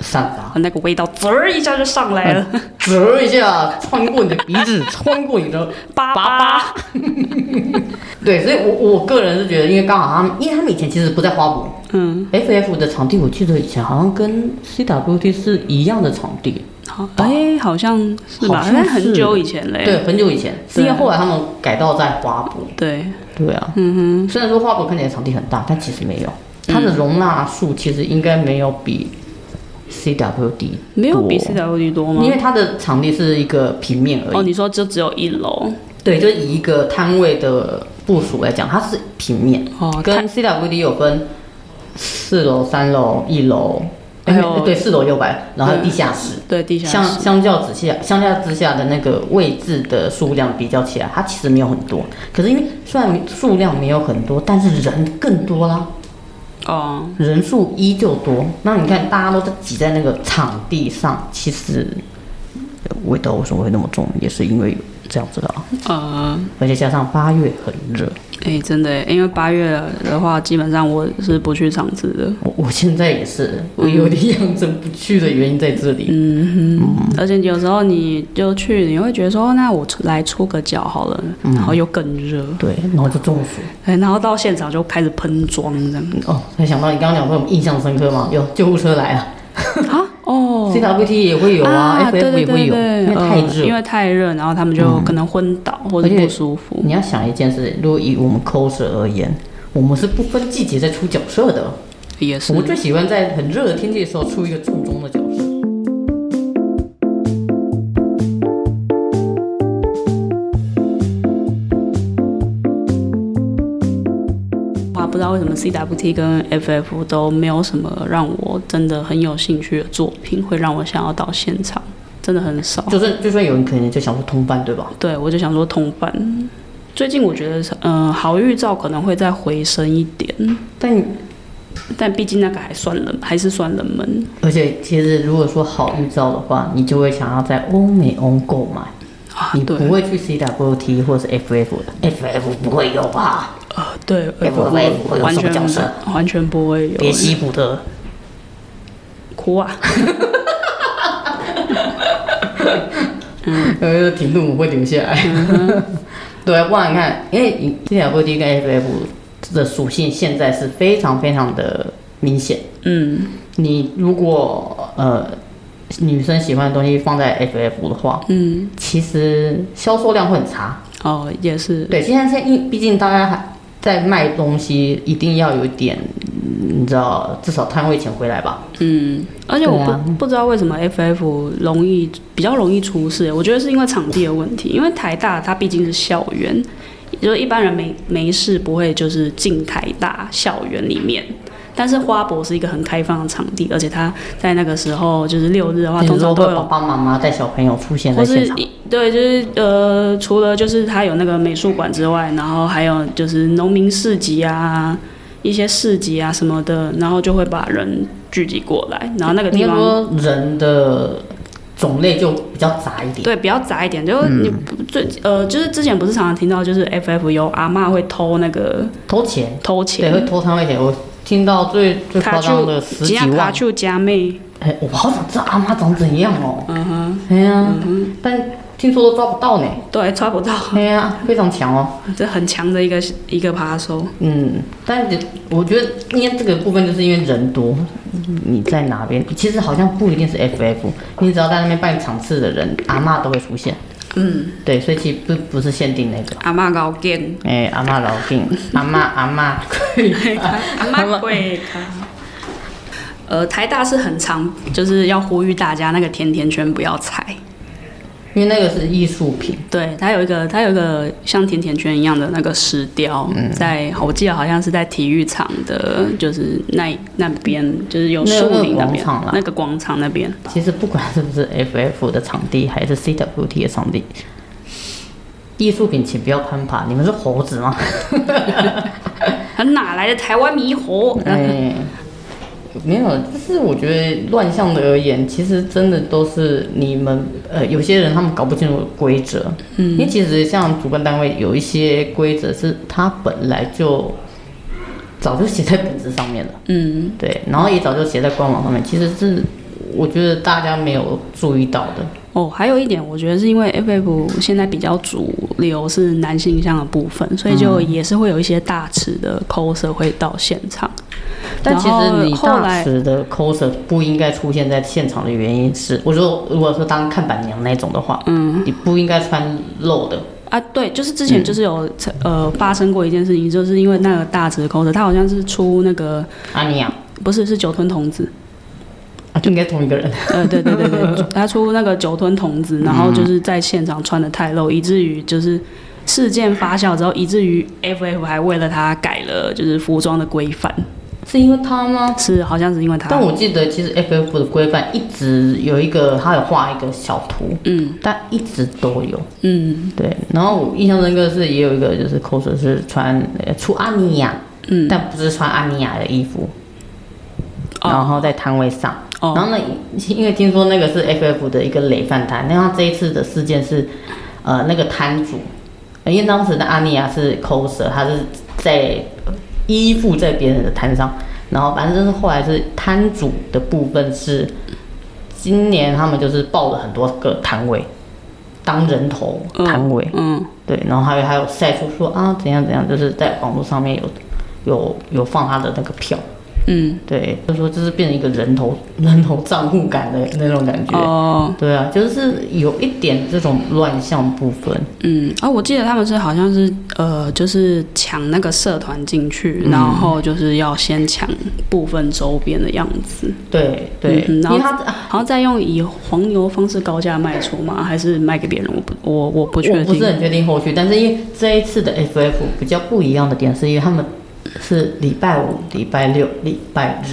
Speaker 1: 散发。
Speaker 2: 哼，那个味道滋儿一下就上来
Speaker 1: 嗯
Speaker 2: 了，
Speaker 1: 折一下，穿过你的鼻子，穿过你的
Speaker 2: 巴
Speaker 1: 巴
Speaker 2: 巴。
Speaker 1: 巴。 对，所以我我个人是觉得，因为刚好他们，因为他们以前其实不在花博，
Speaker 2: 嗯，
Speaker 1: FF 的场地，我记得以前好像跟 CWT 是一样的场地，
Speaker 2: 好，哎，好像是吧？
Speaker 1: 好像
Speaker 2: 那
Speaker 1: 是
Speaker 2: 很久以前嘞。
Speaker 1: 对，很久以前，是因为
Speaker 2: 对
Speaker 1: 后来他们改到在花博。
Speaker 2: 对，
Speaker 1: 对啊，
Speaker 2: 嗯
Speaker 1: 虽然说花博看起来场地很大，但其实没有，它的容纳数其实应该没有比 CWD
Speaker 2: 哼，没有比
Speaker 1: 多
Speaker 2: CWD 多吗
Speaker 1: 因？为它的场地是一个平面而已。
Speaker 2: 哦，你说就只有一楼
Speaker 1: 对，就是以一个摊位的部署来讲，它是平面，
Speaker 2: 哦，
Speaker 1: 跟 CWD 有分四楼、三楼、一楼，哎
Speaker 2: 还有
Speaker 1: 对四楼六百，然后地下室。
Speaker 2: 对哎地下
Speaker 1: 相
Speaker 2: 室。
Speaker 1: 相较之下，相较之下的那个位置的数量比较起来，它其实没有很多。可是因为虽然数量没有很多，但是人更多啦，
Speaker 2: 哦，
Speaker 1: 人数依旧多。那你看，大家都在挤在那个场地上，其实呃味道为什么会那么重，也是因为有这样子的啊。
Speaker 2: 呃，
Speaker 1: 而且加上八月很热，
Speaker 2: 哎，真的耶，因为八月的话，基本上我是不去场子的。
Speaker 1: 我我现在也是，我有点养成不去的原因在这里。
Speaker 2: 嗯哼，而且有时候你就去，你会觉得说，哦那我出来搓个脚好了，
Speaker 1: 嗯
Speaker 2: 然后又更热，
Speaker 1: 对，然后就中暑。
Speaker 2: 哎，然后到现场就开始喷妆这样。
Speaker 1: 哦，才想到你刚刚讲说我们印象深刻吗？有救护车来了。
Speaker 2: 啊，哦
Speaker 1: CWT 也会有啊
Speaker 2: 对
Speaker 1: ，FF
Speaker 2: 对
Speaker 1: 也会
Speaker 2: 对
Speaker 1: 有，
Speaker 2: 对，
Speaker 1: 因为太
Speaker 2: 呃
Speaker 1: 热。嗯
Speaker 2: 因为太热，然后他们就可能昏倒或者
Speaker 1: 而且
Speaker 2: 不舒服。
Speaker 1: 你要想一件事，如果以我们 coser 而言，我们是不分季节在出角色的，
Speaker 2: 也是
Speaker 1: 我，们最喜欢在很热的天气的时候出一个正宗的角色。
Speaker 2: 哇，啊不知道为什么 CWT 跟 FF 都没有什么让我真的很有兴趣的作品，会让我想要到现场真的很少。
Speaker 1: 就算就算有人可能就想说通办，对吧？
Speaker 2: 对，我就想说同伴。最近我觉得，嗯、好预兆可能会再回升一点，
Speaker 1: 但
Speaker 2: 但毕竟那个还算冷，还是算冷门。
Speaker 1: 而且其实如果说好预兆的话，你就会想要在欧美欧购买，
Speaker 2: 啊
Speaker 1: 你
Speaker 2: 对
Speaker 1: 不会去 CWT 或是 FF 的，FF 不会有吧？
Speaker 2: 呃，对，
Speaker 1: 哎
Speaker 2: 我
Speaker 1: 不会我有
Speaker 2: 完
Speaker 1: 什么角色
Speaker 2: 全完全不会有
Speaker 1: 别西普的，
Speaker 2: 哭啊！
Speaker 1: 呃，停顿我会留下来。 对，啊不然你看，因为你 CWT 跟 FF 的属性现在是非常非常的明显。
Speaker 2: 嗯
Speaker 1: 你如果呃女生喜欢的东西放在 FF 的话，
Speaker 2: 嗯，
Speaker 1: 其实销售量会很差。
Speaker 2: 哦，也是，
Speaker 1: 对，现在现在因毕竟大家还在卖东西，一定要有一点，嗯你知道，至少摊位钱回来吧。
Speaker 2: 嗯，而且我不、
Speaker 1: 对啊
Speaker 2: 不知道为什么 FF 容易比较容易出事，我觉得是因为场地的问题，因为台大它毕竟是校园，也就是一般人没没事不会就是进台大校园里面。但是花博是一个很开放的场地，而且它在那个时候就是六日的话，
Speaker 1: 比如
Speaker 2: 通
Speaker 1: 说
Speaker 2: 常
Speaker 1: 会
Speaker 2: 都
Speaker 1: 有爸
Speaker 2: 有
Speaker 1: 爸妈妈带小朋友出现
Speaker 2: 或
Speaker 1: 在
Speaker 2: 是
Speaker 1: 现场，
Speaker 2: 一对，就是呃，除了就是它有那个美术馆之外，然后还有就是农民市集啊，一些市集啊什么的，然后就会把人聚集过来，然后那个
Speaker 1: 应
Speaker 2: 地
Speaker 1: 该
Speaker 2: 方
Speaker 1: 说人的种类就比较杂一点。
Speaker 2: 对，比较杂一点，就是
Speaker 1: 嗯
Speaker 2: 你不最、呃，就是之前不是常常听到，就是 FF 有阿嬷会偷那个
Speaker 1: 偷钱，
Speaker 2: 偷
Speaker 1: 对，
Speaker 2: 钱，
Speaker 1: 会偷摊位钱。我听到最最夸张的十几
Speaker 2: 卡
Speaker 1: 万，
Speaker 2: 丘加妹，
Speaker 1: 哎，我好想知道阿妈长怎样哦。
Speaker 2: 嗯哼，嗯
Speaker 1: 哎呀，但听说都抓不到呢。
Speaker 2: 对，抓不到，
Speaker 1: 哎呀，非常强哦。
Speaker 2: 这很强的一个一个扒手，
Speaker 1: 嗯，但是我觉得应该这个部分就是因为人多，你在哪边，其实好像不一定是 FF，你只要在那边办场次的人，阿嬷都会出现。
Speaker 2: 嗯，
Speaker 1: 对，所以其实不不是限定那个，
Speaker 2: 阿嬷搞贱，
Speaker 1: 哎、阿嬷老病，阿嬷阿嬷，
Speaker 2: 阿嬷贵卡。呃，台大是很常就是要呼吁大家那个甜甜圈不要踩，
Speaker 1: 因为那个是艺术品，
Speaker 2: 对，它有一个它有一个像甜甜圈一样的那个石雕，
Speaker 1: 嗯
Speaker 2: 在我记得好像是在体育场的，就是那那边就是有
Speaker 1: 那
Speaker 2: 树
Speaker 1: 个
Speaker 2: 林那边
Speaker 1: 广场啦
Speaker 2: 那个广场那边，
Speaker 1: 其实不管是不是 FF 的场地，还是 CWT 的场地，艺术品请不要攀爬，你们是猴子吗？
Speaker 2: 它哪来的台湾猕猴？
Speaker 1: 哎，没有，就是我觉得乱象的而言，其实真的都是你们呃，有些人他们搞不清楚规则，嗯，因为其实像主办单位有一些规则是它本来就早就写在本子上面了，
Speaker 2: 嗯，
Speaker 1: 对，然后也早就写在官网上面，其实是我觉得大家没有注意到的，
Speaker 2: 哦，还有一点，我觉得是因为 FF 现在比较主流是男性向的部分，所以就
Speaker 1: 嗯
Speaker 2: 也是会有一些大尺的 coser 会到现场，
Speaker 1: 但
Speaker 2: 然
Speaker 1: 其实
Speaker 2: 后
Speaker 1: 你
Speaker 2: 后
Speaker 1: 大
Speaker 2: 来
Speaker 1: 尺的 coser 不应该出现在现场的原因是，我说如果说当看板娘那种的话，嗯，你不应该穿露的。
Speaker 2: 啊，对，就是之
Speaker 1: 嗯
Speaker 2: 前就是有、呃发生过一件事情，就是因为那个大尺的 coser，他好像是出那个
Speaker 1: 阿尼亚
Speaker 2: 不是是酒吞童子，
Speaker 1: 啊，就应该同一个人。
Speaker 2: 呃，对对对 对，他出那个酒吞童子，然后
Speaker 1: 嗯
Speaker 2: 就是在现场穿的太露，以至于就是事件发酵之后，以至于 FF 还为了他改了就是服装的规范，
Speaker 1: 是因为他吗？
Speaker 2: 是好像是因为他
Speaker 1: 但，我记得其实 FF 的规范一直有一个，他有画一个小图，
Speaker 2: 嗯
Speaker 1: 但一直都有。
Speaker 2: 嗯
Speaker 1: 对，然后我印象深刻是也有一个就是 coser 是穿呃出阿尼亚，
Speaker 2: 嗯，
Speaker 1: 但不是穿阿尼亚的衣服，
Speaker 2: 哦
Speaker 1: 然后在摊位上。然
Speaker 2: 哦
Speaker 1: 后呢，因为听说那个是 FF 的一个累犯摊，那他这一次的事件是，呃，那个摊主，呃因为当时的阿尼亚是 coser，他是在依附在别人的摊上，然后反正就是后来是摊主的部分是，今年他们就是报了很多个摊位，当人头
Speaker 2: 嗯
Speaker 1: 摊位，
Speaker 2: 嗯
Speaker 1: 对，然后还有还有晒出说啊怎样怎样，就是在网络上面有有有放他的那个票。
Speaker 2: 嗯
Speaker 1: 对，就说就是变成一个人头 人头账户感的那种感觉。
Speaker 2: 哦
Speaker 1: 对啊，就是有一点这种乱象部分。
Speaker 2: 嗯啊，我记得他们是好像是呃就是抢那个社团进去，然后就是要先抢部分周边的样子，
Speaker 1: 对对，
Speaker 2: 嗯嗯
Speaker 1: 因
Speaker 2: 然后
Speaker 1: 为他啊
Speaker 2: 好像再用以黄牛方式高价卖出吗？还是卖给别人？我不，我我不确
Speaker 1: 我不是
Speaker 2: 定。
Speaker 1: 很确定后续，但是因为这一次的 FF 比较不一样的点，是因为他们是礼拜五、礼拜六、礼拜日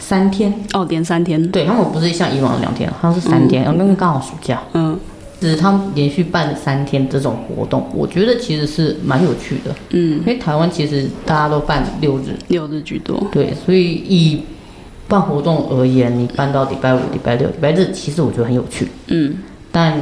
Speaker 1: 三天，
Speaker 2: 哦，连三天，
Speaker 1: 对他们不是像以往两天，他们是三天，那个刚好暑假，
Speaker 2: 嗯
Speaker 1: 只是他们连续办三天这种活动，我觉得其实是蛮有趣的，
Speaker 2: 嗯
Speaker 1: 因，为台湾其实大家都办六日，
Speaker 2: 六日居多，
Speaker 1: 对，所以以办活动而言，你办到礼拜五、礼拜六、礼拜日，其实我觉得很有趣，
Speaker 2: 嗯
Speaker 1: 但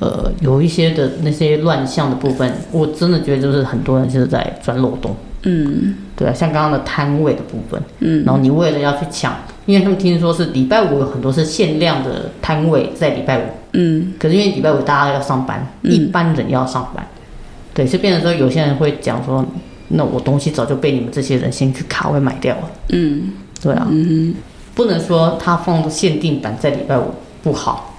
Speaker 1: 呃，有一些的那些乱象的部分，我真的觉得就是很多人就是在钻漏洞，
Speaker 2: 嗯
Speaker 1: 对啊，像刚刚的摊位的部分，
Speaker 2: 嗯
Speaker 1: 然后你为了要去抢，因为他们听说是礼拜五有很多是限量的摊位在礼拜五，
Speaker 2: 嗯
Speaker 1: 可是因为礼拜五大家要上班，
Speaker 2: 嗯
Speaker 1: 一般人要上班，对，就变成说有些人会讲说，那我东西早就被你们这些人先去卡位买掉了，
Speaker 2: 嗯
Speaker 1: 对啊，
Speaker 2: 嗯
Speaker 1: 不能说他放限定版在礼拜五不好，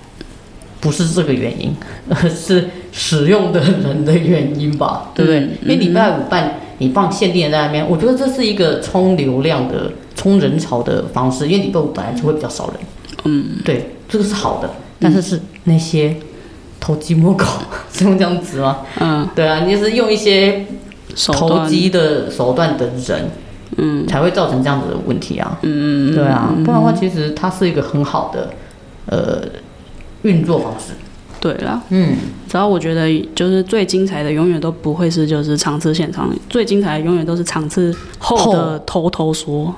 Speaker 1: 不是这个原因，而是使用的人的原因吧，对不对？
Speaker 2: 嗯
Speaker 1: 因为礼拜五办你放限定的在那边，我觉得这是一个冲流量的、冲人潮的方式，因为礼拜五本来就会比较少人，
Speaker 2: 嗯，
Speaker 1: 对，这个是好的，但是是那些偷鸡摸狗 是用这样子吗？
Speaker 2: 嗯，
Speaker 1: 对啊，你就是用一些
Speaker 2: 手
Speaker 1: 投
Speaker 2: 段，
Speaker 1: 机的手段的人，
Speaker 2: 嗯
Speaker 1: 才会造成这样子的问题啊。
Speaker 2: 嗯嗯
Speaker 1: 对啊，不然的话，其实它是一个很好的呃运作方式。
Speaker 2: 对啦，
Speaker 1: 嗯，
Speaker 2: 只要我觉得就是最精彩的，永远都不会是就是场次现场，最精彩的永远都是场次后的偷偷说，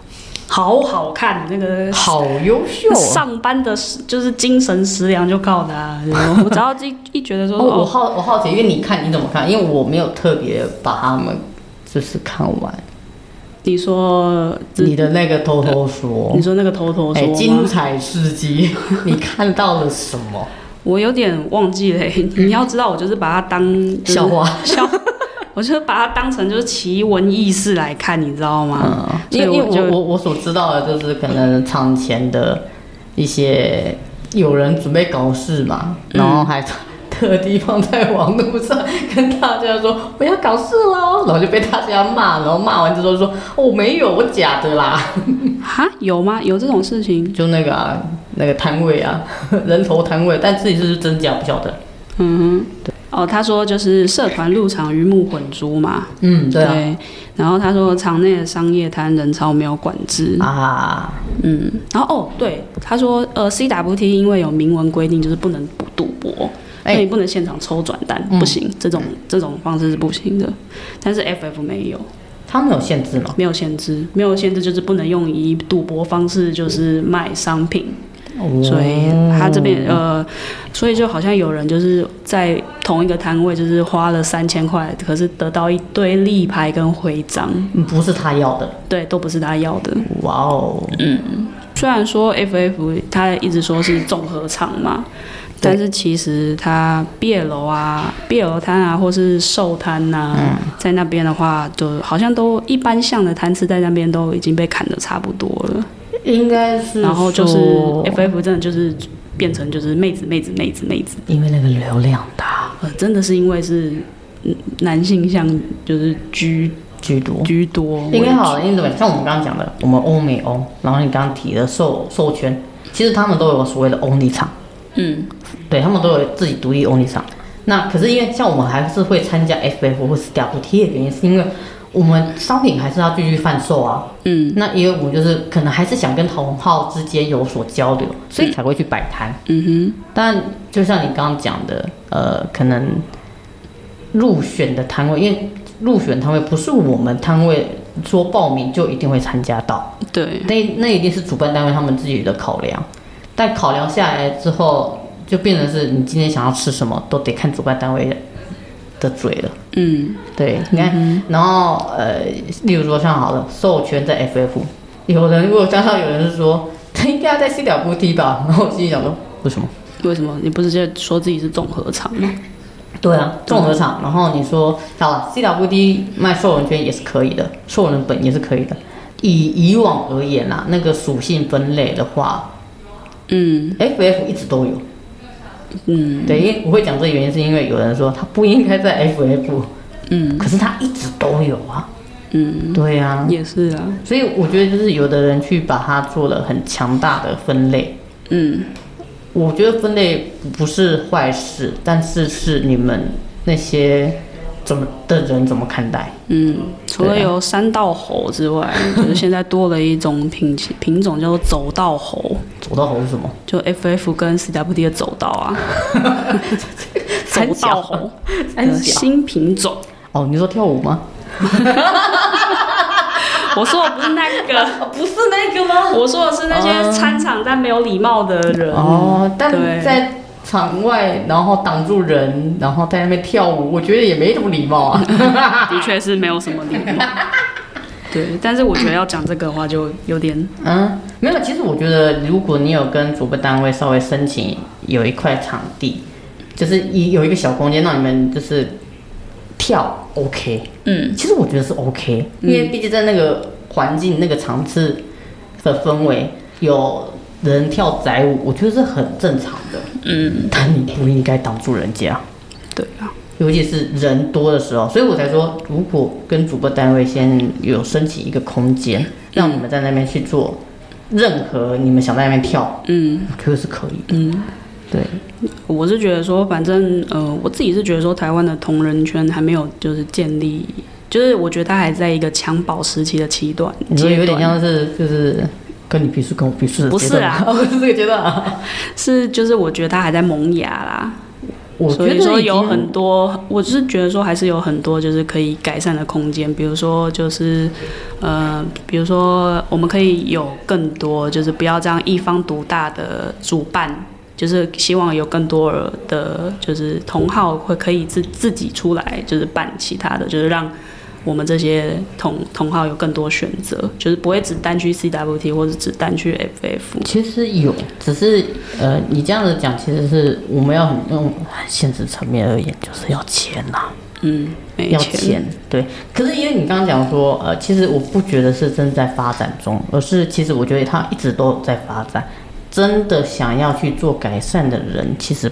Speaker 2: 好好看那个。
Speaker 1: 好优秀啊！
Speaker 2: 上班的食就是精神食粮就够了、啊，就是我我只要一一觉得说
Speaker 1: 哦，我
Speaker 2: 哦，
Speaker 1: 好我好奇，因为你看你怎么看？因为我没有特别把他们就是看完。
Speaker 2: 你说这
Speaker 1: 你的那个偷偷说
Speaker 2: 你，说那个偷偷
Speaker 1: 哎，
Speaker 2: 说
Speaker 1: 精
Speaker 2: 吗？
Speaker 1: 彩事迹， 你看到了什么？
Speaker 2: 我有点忘记了、欸你要知道，我就是把它 当就是
Speaker 1: 笑话。
Speaker 2: 笑，我就是把它当成就是奇闻异事来看，你知道吗？
Speaker 1: 嗯，因
Speaker 2: 所以
Speaker 1: 为因为
Speaker 2: 我就
Speaker 1: 我我我所知道的就是可能场前的一些有人准备搞事嘛，然后还特地放在网络上跟大家说我要搞事喽，然后就被大家骂，然后骂完之后说哦没有，我假的啦，
Speaker 2: 哈，有吗？有这种事情？
Speaker 1: 就那个啊那个摊位啊，人头摊位，但自己是不是真假不晓得。
Speaker 2: 嗯哼，哦，他说就是社团入场鱼目混珠嘛，
Speaker 1: 嗯，对啊，
Speaker 2: 然后他说场内的商业摊人潮没有管制，
Speaker 1: 啊，
Speaker 2: 嗯，然后哦，对，他说呃，CWT 因为有明文规定，就是不能赌赌博，
Speaker 1: 哎
Speaker 2: 所以不能现场抽转单，
Speaker 1: 嗯
Speaker 2: 不行，这种这种方式是不行的。但是 FF 没有，
Speaker 1: 他们有限制吗？
Speaker 2: 没有限制，没有限制就是不能用以赌博方式就是卖商品，所以他这边呃，所以就好像有人就是在同一个摊位，就是花了三千块，可是得到一堆立牌跟徽章，
Speaker 1: 嗯不是他要的，
Speaker 2: 对，都不是他要的。
Speaker 1: 哇哦，
Speaker 2: 虽然说 FF 他一直说是综合场嘛，
Speaker 1: 对
Speaker 2: 但是其实他 BL 啊、BL 摊啊，或是寿摊呐，
Speaker 1: 嗯
Speaker 2: 在那边的话，就好像都一般像的摊次在那边都已经被砍的差不多了。
Speaker 1: 应该是
Speaker 2: 然后就是
Speaker 1: 说
Speaker 2: FF 真的就是变成就是妹子妹子妹子妹子。
Speaker 1: 因为那个流量大
Speaker 2: 呃，真的是因为是嗯男性向就是居
Speaker 1: 居多。
Speaker 2: 居多，
Speaker 1: 哦应该好了，因为怎么样像我们刚刚讲的，我们欧美欧，然后你刚刚提的授授权，其实他们都有所谓的 only 场，
Speaker 2: 嗯
Speaker 1: 对他们都有自己独立 only 场。那可是因为像我们还是会参加 FF 或是 WT 的原因，是因为我们商品还是要继续贩售啊。
Speaker 2: 嗯
Speaker 1: 那因为我们就是可能还是想跟同号之间有所交流，所以才会去摆摊。
Speaker 2: 嗯
Speaker 1: 但就像你刚刚讲的，呃，可能入选的摊位，因为入选摊位不是我们摊位说报名就一定会参加到，
Speaker 2: 哼，对，
Speaker 1: 那那一定是主办单位他们自己的考量。但考量下来之后，就变成是你今天想要吃什么，都得看主办单位的嘴了。
Speaker 2: 嗯
Speaker 1: 对，你看，然后呃，例如说像好了，授权在 FF，有人如果加上有人是说， 他应该要在 C 点不 T 吧，然后我心里想说，为什么？
Speaker 2: 为什么你不是就说自己是综合场吗？嗯
Speaker 1: 对啊，综合场。然后你说好啊了，CWD 卖兽人圈也是可以的，兽人本也是可以的。以以往而言啊，那个属性分类的话
Speaker 2: 嗯
Speaker 1: ，FF 一直都有。
Speaker 2: 嗯
Speaker 1: 对，因为我会讲这个原因，是因为有人说他不应该在 FF，
Speaker 2: 嗯
Speaker 1: 可是他一直都有啊。
Speaker 2: 嗯，
Speaker 1: 对啊，
Speaker 2: 也是啊，
Speaker 1: 所以我觉得就是有的人去把它做了很强大的分类，
Speaker 2: 嗯
Speaker 1: 我觉得分类不是坏事，但是是你们那些怎么的人怎么看待？
Speaker 2: 嗯，除了有山道猴之外，
Speaker 1: 啊
Speaker 2: 就是现在多了一种品 品种叫做走道猴，
Speaker 1: 走到猴是什么？
Speaker 2: 就 FF 跟 CWD 的走道 啊，走道猴，
Speaker 1: 三
Speaker 2: 呃
Speaker 1: 小
Speaker 2: 新品种。
Speaker 1: 哦，你说跳舞吗？
Speaker 2: 我说的不是那个，
Speaker 1: 不是那个吗？
Speaker 2: 我说的是那些参场但没有礼貌的人。
Speaker 1: 哦，但
Speaker 2: 对
Speaker 1: 在场外，然后挡住人，然后在那边跳舞，我觉得也没什么礼貌啊。
Speaker 2: 的确是没有什么礼貌。对，但是我觉得要讲这个的话，就有点
Speaker 1: 嗯，没有。其实我觉得，如果你有跟主办单位稍微申请有一块场地，就是一有一个小空间让你们就是跳，OK。
Speaker 2: 嗯，
Speaker 1: 其实我觉得是 OK，因为毕竟在那个环境、那个场次的氛围，有人跳宅舞，我觉得是很正常的。嗯，但你不应该挡住人家。
Speaker 2: 对啊。
Speaker 1: 尤其是人多的时候，所以我才说，如果跟主播单位先有申请一个空间，让你们在那边去做任何你们想在那边跳，
Speaker 2: 嗯
Speaker 1: 我觉得是可以的。
Speaker 2: 嗯，
Speaker 1: 对，
Speaker 2: 我是觉得说，反正呃，我自己是觉得说，台湾的同人圈还没有就是建立，就是我觉得它还在一个襁褓时期的期段
Speaker 1: 你说
Speaker 2: 阶
Speaker 1: 有
Speaker 2: 段，
Speaker 1: 点像是就是跟你鄙视，跟我鄙视的
Speaker 2: 不
Speaker 1: 阶
Speaker 2: 是
Speaker 1: 段
Speaker 2: 啊
Speaker 1: 吗，哦不是这个阶段 啊。
Speaker 2: 是就是我觉得它还在萌芽啦。
Speaker 1: 啊我觉
Speaker 2: 所
Speaker 1: 得
Speaker 2: 以说有
Speaker 1: 已经
Speaker 2: 很多，我是觉得说还是有很多就是可以改善的空间，比如说就是，呃，比如说我们可以有更多，就是不要这样一方独大的主办，就是希望有更多的就是同好会可以自自己出来，就是办其他的，就是让我们这些同同好有更多选择，就是不会只单去 CWT 或者只单去 FF。
Speaker 1: 其实有，只是呃，你这样子讲，其实是我们要很用很现实层面而言，就是要钱啊呐、
Speaker 2: 嗯，没
Speaker 1: 要
Speaker 2: 钱，
Speaker 1: 钱，对。可是因为你刚刚讲说，呃，其实我不觉得是正在发展中，而是其实我觉得它一直都在发展。真的想要去做改善的人，其实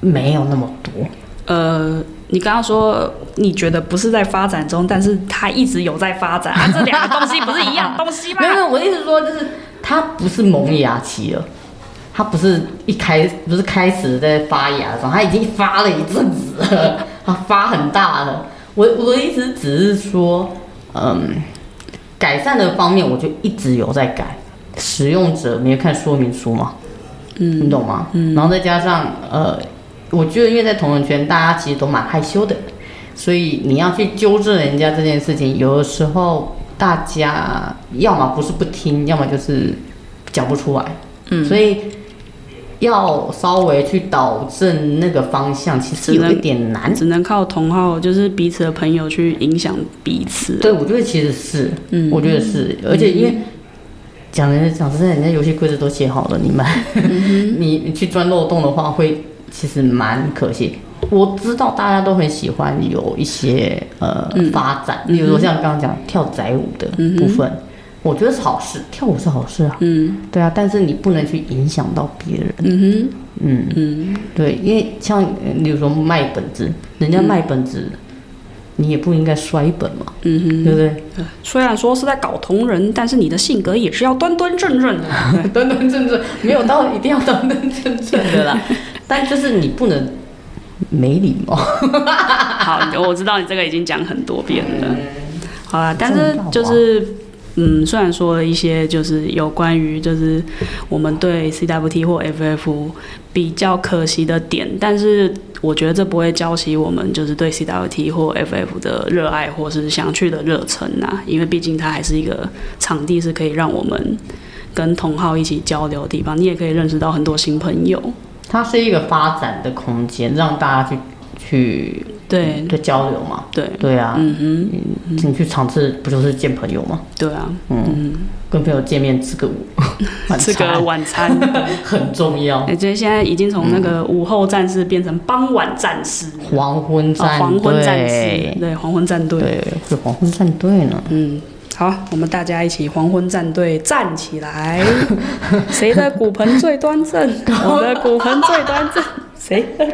Speaker 1: 没有那么多。
Speaker 2: 呃，你刚刚说你觉得不是在发展中，但是它一直有在发展， 啊、这两个东西不是一样东西吗
Speaker 1: 没？有，没有，我的意思是说，就是它不是萌芽期了，它不是一开不是开始在发芽的时候，它已经发了一阵子了，它发很大了。我我的意思只是说，嗯，改善的方面我就一直有在改。使用者没有看说明书吗？嗯，你懂吗？嗯，然后再加上呃，我觉得因为在同人圈，大家其实都蛮害羞的，所以你要去纠正人家这件事情，有的时候大家要么不是不听，要么就是讲不出来。嗯，所以要稍微去导正那个方向，其实
Speaker 2: 只能
Speaker 1: 有一点难。
Speaker 2: 只能靠同好，就是彼此的朋友去影响彼此。
Speaker 1: 对，我觉得其实是，
Speaker 2: 嗯
Speaker 1: 我觉得是，而且因为讲人讲真的，人家游戏规则都写好了，你们、
Speaker 2: 嗯
Speaker 1: 你你去钻漏洞的话，会其实蛮可惜。我知道大家都很喜欢有一些呃、
Speaker 2: 嗯
Speaker 1: 发展，例如说像刚刚讲跳宅舞的部分，我觉得是好事，跳舞是好事啊，
Speaker 2: 嗯
Speaker 1: 对啊，但是你不能去影响到别人，
Speaker 2: 嗯
Speaker 1: 嗯。
Speaker 2: 哼嗯，
Speaker 1: 对，因为像呃例如说卖本子，人家卖本子，你也不应该摔本嘛，
Speaker 2: 嗯哼
Speaker 1: 对不对？
Speaker 2: 虽然说是在搞同人，但是你的性格也是要端端正正的。
Speaker 1: 端端正正，没有到一定要端端正正的啦。但就是你不能没礼貌，
Speaker 2: 好，我知道你这个已经讲很多遍了。好啦，但
Speaker 1: 嗯这
Speaker 2: 是
Speaker 1: 很好啊
Speaker 2: 就是，嗯，虽然说了一些就是有关于就是我们对 CWT 或 FF 比较可惜的点，但是我觉得这不会浇熄我们就是对 CWT 或 FF 的热爱或是想去的热忱啊，因为毕竟它还是一个场地，是可以让我们跟同好一起交流的地方，你也可以认识到很多新朋友。
Speaker 1: 它是一个发展的空间，让大家去去
Speaker 2: 对
Speaker 1: 对交流嘛。
Speaker 2: 对，
Speaker 1: 对啊，
Speaker 2: 嗯哼，
Speaker 1: 你去场次不就是见朋友吗？
Speaker 2: 对啊，
Speaker 1: 跟朋友见面吃 个舞，晚
Speaker 2: 吃个
Speaker 1: 餐
Speaker 2: 晚餐。
Speaker 1: 很重要。
Speaker 2: 哎，所以现在已经从
Speaker 1: 嗯
Speaker 2: 那个午后战士变成傍晚战士，
Speaker 1: 哦黄昏
Speaker 2: 啊，
Speaker 1: 战队，
Speaker 2: 黄昏战士，对，黄昏战队，
Speaker 1: 对，是黄昏战队呢。
Speaker 2: 嗯。好，我们大家一起黄昏战队站起 来，谁的骨盆最端正？我的骨盆最端正，谁的？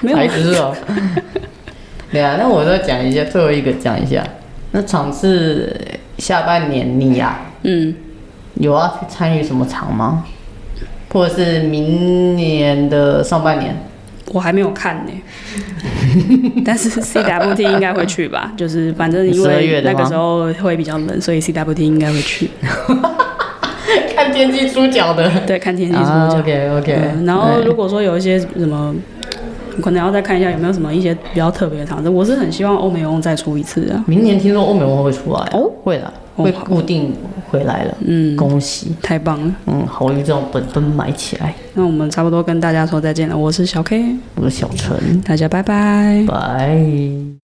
Speaker 2: 没有啊
Speaker 1: 白痴 哦。对啊，那我再讲一下，最后一个讲一下。那场次下半年你啊呀、
Speaker 2: 嗯，
Speaker 1: 有要去参与什么场吗？或者是明年的上半年？
Speaker 2: 我还没有看呢、但是 CWT 应该会去吧，就是反正因
Speaker 1: 12
Speaker 2: 为
Speaker 1: 月的
Speaker 2: 那
Speaker 1: 吗
Speaker 2: 个时候会比较冷，所以 CWT 应该会去。
Speaker 1: 看天气出脚的。
Speaker 2: 对，看天气怎么
Speaker 1: 啊
Speaker 2: 讲。
Speaker 1: ，OK OK，
Speaker 2: 嗯然后如果说有一些什么，可能要再看一下有没有什么一些比较特别的场子。我是很希望欧美欧再出一次啊，
Speaker 1: 明年听说欧美文会出来啊
Speaker 2: 哦，
Speaker 1: 会的，
Speaker 2: 哦
Speaker 1: 会固定回来了，
Speaker 2: 嗯，
Speaker 1: 恭喜，
Speaker 2: 太棒了。
Speaker 1: 嗯，好运这种本本买起来，
Speaker 2: 那我们差不多跟大家说再见了，我是小 K，
Speaker 1: 我的小陈，
Speaker 2: 大家拜拜。
Speaker 1: 拜。